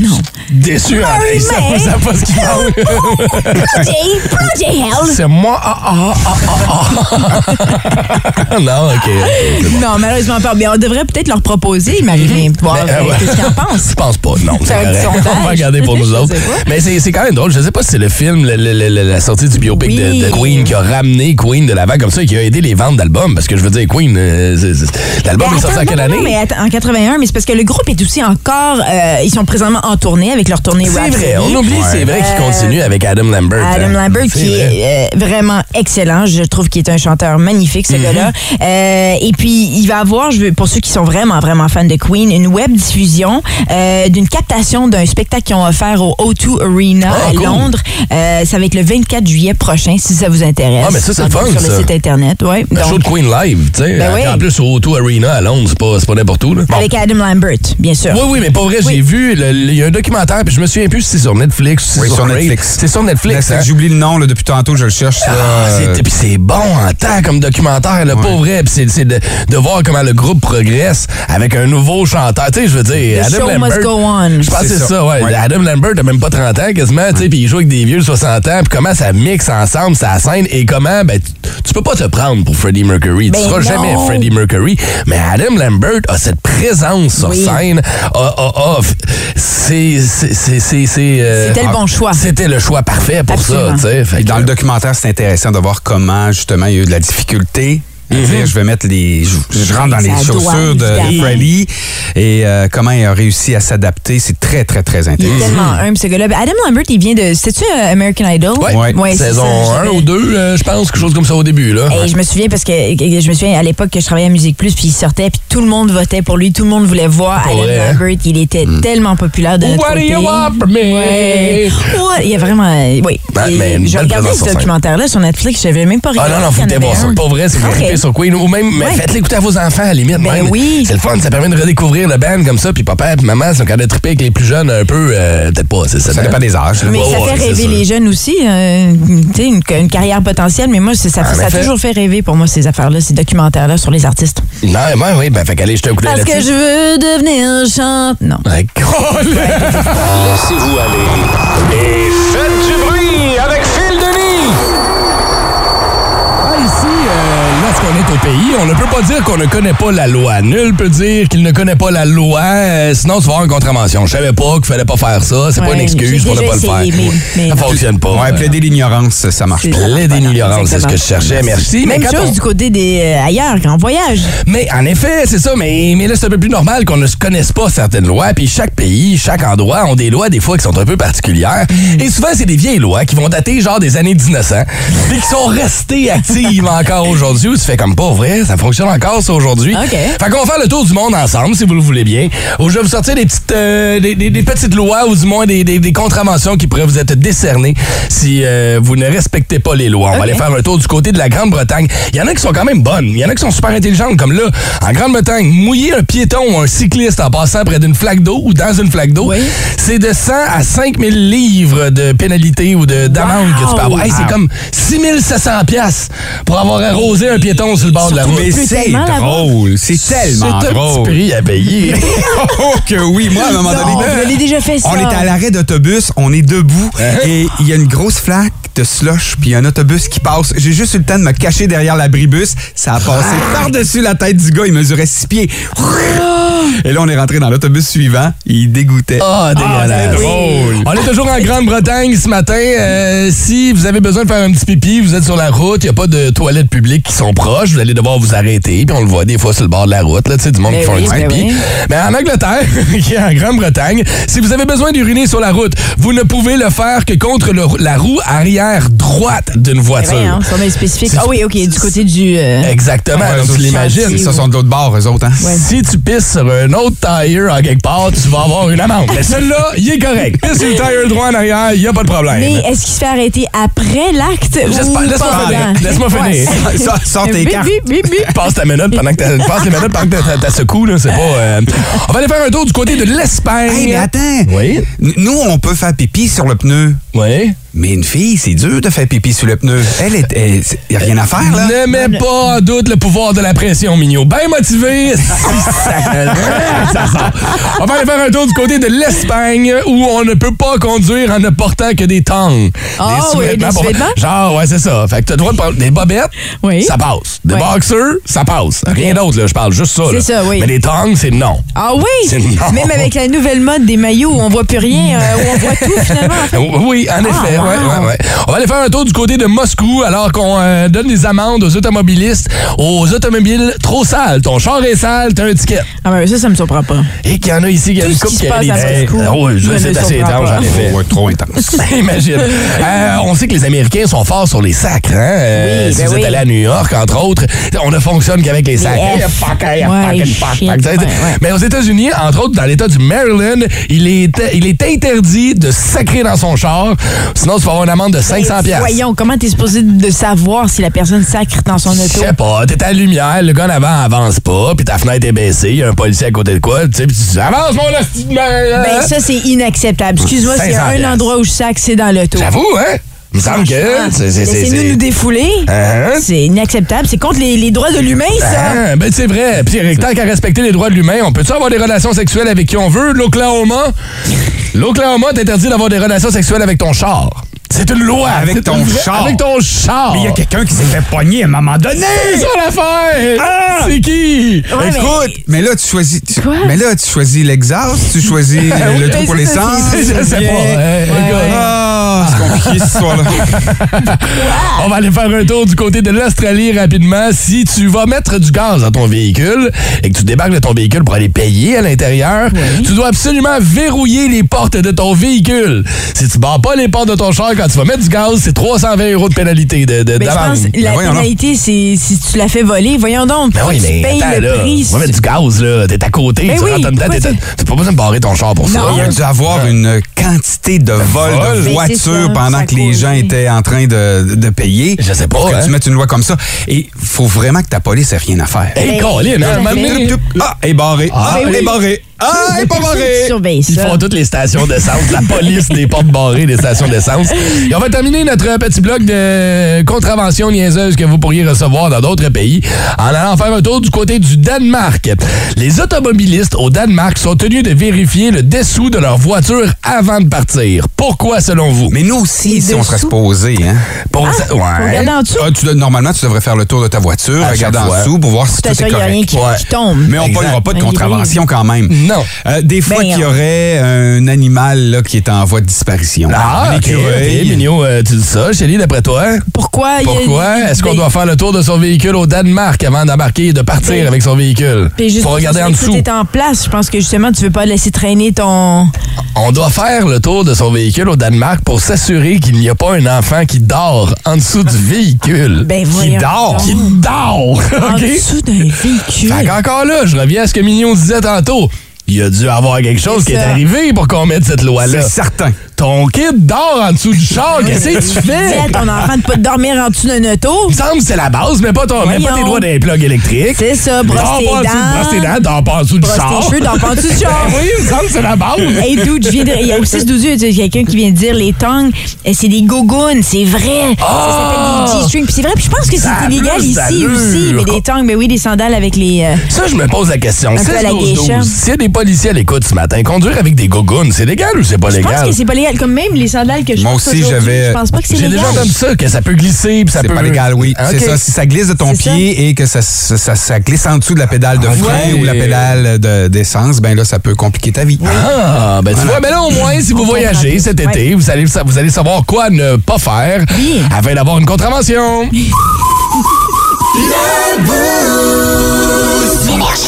E: non.
F: Déçu, hein? Ils savent- ils savent pas ce qu'ils parlent.
E: Project Hell.
F: C'est moi. Ah, ah, ah, ah, ah. non, OK.
E: Non, malheureusement pas. Mais on devrait peut-être leur proposer, Marie-Lé. voir,
F: Mais,
E: euh,
F: euh,
E: Qu'est-ce qu'ils en
F: Je
E: pensent?
F: pense pas, non. c'est
E: Faire du
F: correct.
E: sondage.
F: On va regarder pour nous
E: Je
F: autres.
E: sais pas.
F: Mais c'est c'est quand même drôle. Je sais pas si c'est le film, le- le- le- la sortie du biopic de-
E: Oui.
F: de, Queen qui a ramené Queen de l'avant comme ça et qui a aidé les ventes d'albums. Parce que je veux dire, Queen, euh, c'est- c'est- l'album
E: Ben,
F: est sorti
E: attends,
F: en quelle
E: non, non,
F: année?
E: mais attends, en 81, mais c'est parce que le groupe est aussi encore. euh, ils sont présentement en tournée avec leur tournée
F: c'est
E: Rhapsody.
F: vrai, on oublie, c'est vrai qu'il
E: Euh,
F: continue avec Adam Lambert.
E: Adam
F: hein.
E: Lambert,
F: C'est
E: qui
F: vrai.
E: est euh, vraiment excellent. Je trouve qu'il est un chanteur magnifique, ce gars-là.
F: Mhm.
E: Euh, et puis, il va avoir, je veux, pour ceux qui sont vraiment, vraiment fans de Queen, une web diffusion euh, d'une captation d'un spectacle qu'ils ont offert au O2 Arena
F: Ah,
E: à
F: cool.
E: Londres. Euh, ça va être le 24 juillet prochain, si ça vous intéresse.
F: Ah, mais ça, c'est le
E: Rendez-vous
F: fun,
E: Sur le
F: ça.
E: site Internet, oui.
F: Le show de Queen live, tu sais.
E: Ben oui.
F: En plus, au O2 Arena à Londres, c'est pas, c'est pas n'importe où. Là. Bon.
E: Avec Adam Lambert, bien sûr.
F: Oui, oui, mais pas vrai, j'ai vu, le- le- il y y a un documentaire, puis je me souviens plus si c'est sur Netflix ou si c'est
D: Oui,
F: sur,
D: sur
F: Crave.
D: Netflix.
F: C'est sur Netflix.
D: Mais
F: hein?
D: c'est- J'oublie le nom, là, depuis tantôt, je le cherche. ça,
F: Ah,
D: euh,
F: c'est- puis c'est bon en temps comme documentaire, là, pas vrai. Puis c'est- c'est de, de voir comment le groupe progresse avec un nouveau chanteur. Tu sais, je veux dire,
E: The
F: Adam
E: show
F: Lambert.
E: must go on.
F: Je pense que c'est
D: C'est
F: ça,
D: ça,
F: ouais.
D: ouais.
F: Adam Lambert a même pas 30 ans quasiment, tu sais, puis il joue avec des vieux de 60 ans, puis comment ça mixe ensemble sa scène et comment, ben, tu, tu peux pas te prendre pour Freddie Mercury.
E: Ben
F: tu seras
E: non.
F: jamais Freddie Mercury. Mais Adam Lambert a cette présence sur
E: Oui.
F: scène. Ah, ah, ah, f- c'est. c'est- c'est- c'est- c'est, euh,
E: C'était le bon choix.
F: C'était le choix parfait pour
E: Absolument.
F: ça, tu sais. Fait
D: Puis
F: que-
D: dans le documentaire, c'est intéressant de voir comment, justement, il y a eu de la difficulté. à
F: Mm-hmm.
D: dire, Je vais mettre les. Je, je rentre dans les
E: Ça doit,
D: chaussures de
E: évidemment.
D: Freddie et euh, comment il a réussi à s'adapter. C'est très, très, très
F: Mhm.
E: Il est
D: intéressant.
E: tellement humble, ce gars-là. Ben, Adam Lambert, il vient de. C'était-tu euh, American Idol?
F: Ouais.
E: Ben, c'est
F: saison
E: ça,
F: 1
E: je-
F: ou 2, je pense, quelque chose comme ça au début. Là.
E: Hey, je me souviens parce que je me souviens à l'époque que je travaillais à Musique Plus, puis il sortait, puis tout le monde votait pour lui, tout le monde voulait voir
F: Pour
E: Adam
F: vrai, hein?
E: Lambert. Il était tellement populaire de notre
F: What do
E: côté.
F: you want from me?
E: Ouais. Ouais, il y a vraiment. euh, Oui.
F: Ben,
E: Et
F: mais une
E: je
F: belle
E: regardais
F: présence
E: ce
F: sur scène.
E: documentaire-là sur Netflix, je n'avais même pas
F: Ah
E: regardé.
F: non, non,
E: qu'il
F: faut
E: y en
F: que
E: avait
F: voir ça.
E: un.
F: Pas vrai, c'est que vous
E: hein. Ok.
F: tripez sur Queen. Ou même, mais
E: Ouais.
F: faites-les écouter à vos enfants, à la limite.
E: Ben
F: même.
E: oui.
F: C'est le fun, ça permet de redécouvrir le band comme ça. Puis papa et maman, si on de triper avec les plus jeunes un peu, euh, peut-être pas, c'est ça.
D: Ça
F: hein?
D: dépend des âges. là.
E: Mais
F: Ouais,
E: ça
F: ouais,
E: fait
F: c'est
E: rêver
F: sûr.
E: les jeunes aussi. euh, tu sais, une, une carrière potentielle, mais moi, c'est- ça,
F: En
E: ça a
F: effet.
E: toujours fait rêver pour moi, ces affaires-là, ces documentaires-là sur les artistes.
F: Non, ben oui, ben fait qu'allez jeter un coup d'œil
E: Parce que
F: là-dessus.
E: je veux devenir chante. Non.
F: Ouais, cool.
A: Laissez-vous aller et faites du bruit avec Phil Denis.
F: Ah, ici, euh, lorsqu'on est au pays, on ne peut pas dire qu'on ne connaît pas la loi. Nul peut dire qu'il ne connaît pas la loi, euh, sinon tu vas avoir une contravention. Je savais pas qu'il fallait pas faire ça, c'est pas
E: Ouais,
F: une
E: j'ai
F: excuse pour ne
E: déjà
F: pas le faire.
E: essayé, mais- mais
F: ça
E: non.
F: fonctionne pas.
D: Ouais, plaider l'ignorance, ça marche
E: C'est
D: pas.
E: ça.
F: Plaide
E: Voilà,
F: ignorance, c'est ce que je
E: exactement.
F: cherchais. Merci.
E: Même
F: mais quand
E: chose
F: on-
E: du côté des euh, ailleurs, quand on voyage.
F: Mais en effet, c'est ça. Mais, mais là, c'est un peu plus normal qu'on ne se connaisse pas certaines lois. Puis chaque pays, chaque endroit ont des lois des fois qui sont un peu particulières.
E: Mm.
F: Et souvent, c'est des vieilles lois qui vont dater genre des années 1900, puis qui sont restées actives encore aujourd'hui. Ou tu fais comme pas vrai, ça fonctionne encore ça aujourd'hui.
E: OK.
F: Fait qu'on va faire le tour du monde ensemble, si vous le voulez bien. Où je vais vous sortir des petites, euh, des, des- des petites lois ou du moins des, des- des contraventions qui pourraient vous être décernées si euh, vous ne respectez pas les lois. On va
E: OK.
F: aller faire un tour du côté de la Grande-Bretagne. Il y en a qui sont quand même bonnes. Il y en a qui sont super intelligentes, comme là, en Grande-Bretagne, mouiller un piéton ou un cycliste en passant près d'une flaque d'eau ou dans une flaque d'eau,
E: Oui.
F: c'est de 100 à 5000 livres de pénalité ou de- d'amende que tu peux avoir. Hey, c'est comme 6700 pièces pour avoir arrosé un piéton sur le bord de la route.
D: Mais
E: plus
D: c'est
E: tellement là-bas.
D: drôle. C'est tellement
F: C'est un petit
D: drôle.
F: prix à payer.
D: Oh que oui, moi, à un moment
E: Non,
D: donné.
E: je l'ai déjà fait, ça.
D: On est à l'arrêt d'autobus, on est debout
F: Eh
D: et il y a une grosse flaque de slush puis il y a un autobus qui passe. J'ai juste eu le temps de me cacher derrière l'abribus. Ça a passé
F: Ah.
D: par-dessus la tête du gars. Il mesurait six pieds. Et là, on est rentré dans l'autobus suivant. Il dégoûtait.
E: Oh.
F: Ah, dégueulasse. On est toujours en Grande-Bretagne ce matin. Euh, si vous avez besoin de faire un petit pipi, vous êtes sur la route, il n'y a pas de toilettes publiques qui sont proches, vous allez devoir vous arrêter. Puis on le voit des fois sur le bord de la route, là, tu sais, du monde
E: Ben
F: qui fait
E: oui,
F: un petit
E: ben
F: pipi.
E: oui.
F: Mais en Angleterre, qui est en Grande-Bretagne, si vous avez besoin d'uriner sur la route, vous ne pouvez le faire que contre le- la roue arrière droite d'une
E: C'est
F: voiture.
E: vrai, hein, c'est spécifique.
F: C'est-
E: Ah oui, OK, du côté du... euh,
F: Exactement,
D: Ouais, eux
F: donc
D: autres,
F: tu l'imagines.
D: Ils se sont de l'autre bord, eux autres. Hein?
E: Ouais.
F: Si tu pisses sur un autre tire à quelque part, tu vas avoir une amende. Mais celui-là, il est correct. Pisse sur le tire droit en arrière, il n'y a pas de problème.
E: Mais est-ce qu'il se fait arrêter après l'acte ou
F: J'espère- Laisse-moi
E: pendant?
F: finir. Laisse-moi finir.
D: Sors- Sors tes
E: Bip,
D: cartes.
E: bip, bip, bip.
F: Passe ta minute pendant que t'as, passe les minutes pendant que t'as, t'as secoues, là, c'est pas... euh, On va aller faire un tour du côté de l'Espagne.
D: Hey, mais attends.
F: Oui?
D: N- Nous, on peut faire pipi sur le pneu.
F: Oui?
D: Mais une fille, c'est dur de faire pipi sur le pneu. Elle, est- elle- y a rien à faire, là.
F: Ne mets pas en doute le pouvoir de la pression, Mignot. Bien motivé, si ça- ça sort. On va aller faire un tour du côté de l'Espagne où on ne peut pas conduire en ne portant que des tongs.
E: Ah oui, des sous-vêtements?
F: Genre, ouais, c'est ça. Fait que t'as le droit de prendre des bobettes,
E: Oui.
F: ça passe. Des
E: Ouais.
F: boxers, ça passe. Rien d'autre, là, je parle juste ça.
E: C'est
F: là.
E: ça, oui.
F: Mais des tongs, c'est non.
E: Ah
F: C'est
E: oui!
F: non.
E: Même avec la nouvelle mode des maillots où on voit plus rien, euh, où on voit tout finalement. en fait.
F: Oh, Oui, en effet.
E: Ah, wow.
F: ouais, ouais, ouais. On va aller faire un tour du côté de Moscou alors qu'on euh, donne des amendes aux automobilistes, aux automobiles trop sales. Ton char est sale, t'as un ticket.
E: Ah ben ça, ça me surprend pas.
F: Et qu'il y en a ici, il y a
E: Tout
F: une
E: ce
F: couple
E: qui se
F: qui a
E: passe
F: des
E: à Moscou
F: Ah ouais, je-
E: me
F: c'est
E: ne
F: assez
E: surprend
F: étanche,
E: pas.
F: en effet. Ben,
D: Ouais, trop intense.
F: Imagine. Euh, on sait que les Américains sont forts sur les sacres. Hein? Euh,
E: Oui,
F: si
E: ben
F: vous êtes
E: oui.
F: allé à New York, entre autres, on ne fonctionne qu'avec les sacres.
E: F.
F: Hey, fuck, hey,
E: Ouais,
F: fucking fuck,
E: shit,
F: fuck. Tu sais,
E: ouais, ouais.
F: Mais aux États-Unis, entre autres dans l'État du Maryland, il est, il est interdit de sacrer dans son char. Sinon, Sinon, tu vas avoir une amende de 500 pièces.
E: Voyons, comment t'es supposé de savoir si la personne sacre dans son
F: Je
E: auto?
F: sais pas, t'es à la lumière, le gars en avant avance pas, puis ta fenêtre est baissée, il y a un policier à côté de quoi, tu sais, puis tu dis avance mon hostie de merde!
E: Ben, ça, c'est inacceptable. Excuse-moi, s'il y a
F: 500
E: un endroit où je sacre, c'est dans l'auto. Ah.
F: J'avoue, hein? Il me semble que. c'est- c'est- c'est-
E: Laissez-nous nous défouler.
F: Hein?
E: C'est inacceptable. C'est contre les, les droits de l'humain, ça.
F: Ah, ben c'est vrai. Puis Eric, tant qu'à respecter les droits de l'humain, on peut-tu avoir des relations sexuelles avec qui on veut? L'Oklahoma? L'Oklahoma t'interdit d'avoir des relations sexuelles avec ton char. C'est une loi.
I: Avec
F: C'est une
I: ton
F: vraie-
I: char.
F: Avec ton char.
I: Mais
D: Ah.
I: il y a quelqu'un qui s'est fait pogner à un moment donné.
F: C'est ça l'affaire!
I: Ah!
F: C'est qui?
E: Ouais, mais-
D: Écoute, mais... là, tu choisis. tu-
E: Quoi?
D: Mais là, tu choisis l'exhaust, tu choisis le trou
E: ben,
D: pour
E: c'est ça,
D: l'essence.
E: c'est-
F: Je sais pas. hein.
D: Ah, c'est compliqué cette histoire-là.
F: On va aller faire un tour du côté de l'Australie rapidement. Si tu vas mettre du gaz dans ton véhicule et que tu débarques de ton véhicule pour aller payer à l'intérieur, tu dois absolument verrouiller les portes de ton véhicule. Si tu barres pas les portes de ton char quand tu vas mettre du gaz, c'est 320 euros de pénalité de, de,
E: Ben, je
F: d'amende.
E: pense que la
D: Ben, voyons donc.
E: pénalité, c'est si tu la fais voler. Voyons donc,
F: Ben oui,
E: tu
F: mais
E: payes
F: attends,
E: le
F: là.
E: prix.
F: On va mettre du gaz, là. T'es à côté,
E: Ben
F: tu
E: oui,
F: rentres en dedans,
E: pourquoi
F: t'es à-
E: tu-
F: t'as pas besoin de barrer ton char pour ça.
D: Il y a dû avoir une quantité
I: Ben,
D: de vols
F: Vol.
D: de
E: Mais c'est
D: voitures
E: ça,
D: pendant
E: ça
D: que les
E: cause,
D: gens
E: oui.
D: étaient en train de, de payer.
F: Je sais pas,
D: Pour que
F: hein.
D: tu mettes une loi comme ça. Et faut vraiment que ta police ait rien à faire.
I: Eh.
F: Hey,
E: Ben,
F: Colin, hein,
E: tout à
F: à un moment
E: fait.
F: donné,
D: Toup, toup. Ah, elle est barrée. Ah,
E: ben
D: elle est
E: oui.
D: barrée. Ah, elle est pas barrée.
E: Tu surveilles
F: Ils
E: ça.
F: font toutes les stations d'essence, la police des portes barrées des stations d'essence. Et on va terminer notre petit bloc de contraventions niaiseuses que vous pourriez recevoir dans d'autres pays en allant faire un tour du côté du Danemark. Les automobilistes au Danemark sont tenus de vérifier le dessous de leur voiture avant de partir. Pourquoi selon vous?
D: Mais nous aussi, si on serait supposé, hein?
F: Pour-
E: faut
F: ouais.
E: regarder Ah, en dessous.
D: Ah, tu dois- normalement, tu devrais faire le tour de ta voiture,
F: À
D: regarder
F: chaque
D: en
F: fois.
D: dessous pour voir si tout
E: T'as sûr,
D: est
E: il n'y a rien
D: correct.
E: qui,
F: Ouais.
E: qui tombe.
D: Mais on ne
F: Exact.
D: parlera pas de
E: Un
D: contravention quand même.
F: Non.
D: Euh, des fois
E: Ben,
D: qu'il y
E: on-
D: aurait un animal là, qui est en voie de disparition.
F: Ah,
D: Un
F: ok,
D: écureuil.
F: ok, Mignot, euh, tu dis ça, Chélie, d'après toi?
E: Pourquoi? il y a-
F: Pourquoi? Est-ce qu'on
E: Ben,
F: doit faire le tour de son véhicule au Danemark avant d'embarquer et de partir
E: Ben,
F: avec son véhicule?
E: Puis juste
F: Faut regarder en
E: parce que
F: dessous.
E: Tout est en place. Je pense que justement, tu veux pas laisser traîner ton.
F: On doit faire le tour de son véhicule au Danemark pour s'assurer qu'il n'y a pas un enfant qui dort en dessous du véhicule.
E: Ben
F: qui
E: voyons
F: dort.
E: donc.
F: Qui dort.
E: En
F: OK?
E: dessous d'un véhicule.
F: Fait qu'encore là, je reviens à ce que Mignon disait tantôt. Il y a dû avoir quelque chose
E: C'est
F: qui est
E: ça.
F: arrivé pour qu'on mette cette loi-là.
D: C'est certain.
F: Ton kid dort en dessous du char. Qu'est-ce que tu
E: Dis à
F: fais?
E: ton enfant de pas dormir en dessous d'un auto.
F: Il me semble que c'est la base, mais pas, ton, mais pas tes
E: Voyons.
F: doigts dans les plugs électriques.
E: C'est ça, brosse
F: Dors
E: tes
F: pas en dessous-
E: dents.
F: Brosse tes dents, dors pas en dessous du
E: Brosse tes
F: char.
E: cheveux, dors pas en dessous du char.
F: Ben oui, il me semble que c'est la base.
E: Hey dude, je viens de... il y a au 6 12 il y a quelqu'un qui vient de dire les tongs, euh, c'est des gogoons, c'est vrai. Ça s'appelle des G-strings. Puis c'est vrai, puis je pense que
F: Ah! Ça a
E: c'est illégal
F: plus
E: ici
F: d'allure.
E: aussi, mais des tongs, mais oui, des sandales avec les euh,
F: Ça, je me pose la question.
E: Un peu à la
F: 16-12-12.
E: geisha.
F: S'il y a des policiers à l'écoute ce matin, conduire avec des gogoons, c'est légal ou c'est pas
E: Je pense
F: légal?
E: que c'est pas légal comme même les sandales que je
D: Moi
E: porte
D: aussi,
E: aujourd'hui,
D: j'avais-
E: je pense pas que c'est
F: J'ai
E: légal.
F: déjà entendu ça, que ça peut glisser puis ça
D: C'est
F: peut.
D: pas légal, oui.
F: Ah,
D: C'est
F: ok.
D: ça. Si ça glisse de ton
E: C'est ça.
D: pied et que ça, ça, ça- ça glisse en dessous de la pédale de
F: Ok.
D: frein ou la pédale de- d'essence, ben là, ça peut compliquer ta vie.
F: Ah, ben tu vois, mais là, au moins, si vous
E: On
F: voyagez
E: comprend.
F: cet été, vous, allez, sa- vous allez savoir quoi ne pas faire
E: Oui.
F: afin d'avoir une contravention.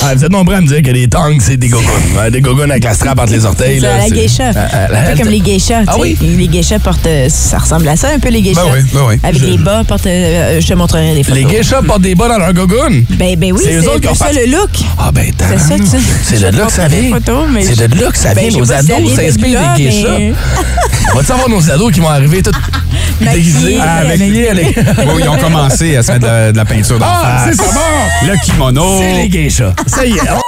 F: Ah, vous êtes nombreux à me dire que les tanks, c'est des gogoons. Ouais, des gogoons avec la strap entre les orteils.
E: C'est
F: là,
E: à la
F: c'est-
E: geisha.
F: Ah, ah, la-
E: un peu comme les geishas.
F: Ah
E: tu sais.
F: oui?
E: Les geishas portent. euh, Ça ressemble à ça un peu, les geishas.
D: Ben oui, ben oui.
E: Avec les bas, portent. euh, euh, je te montrerai des photos.
F: Les geishas portent des bas dans leur gogoon.
E: Ben, ben oui,
F: C'est eux
E: c'est
F: autres
E: un
F: qui ont
E: peu ça
F: fait-
E: le look.
F: Ah ben
E: C'est ça, tu sais.
F: C'est de là que ça
E: Je
F: vient.
E: porte des photos, mais
F: C'est de là que ça
E: Ben,
F: vient.
E: je sais pas
F: Ah, Nos
E: si ça
F: ados
E: vient de
F: s'inspirent
E: là,
F: des geishas.
E: mais-
F: On va savoir nos ados qui vont arriver tout déguisés Ah,
E: Maquillés,
F: avec
E: maquillés.
D: Bon, ils ont commencé à se mettre de, de la peinture dans
F: Ah,
D: la
F: c'est
D: face.
F: ça bon!
D: Le kimono.
F: C'est les geishas. Ça y est. on-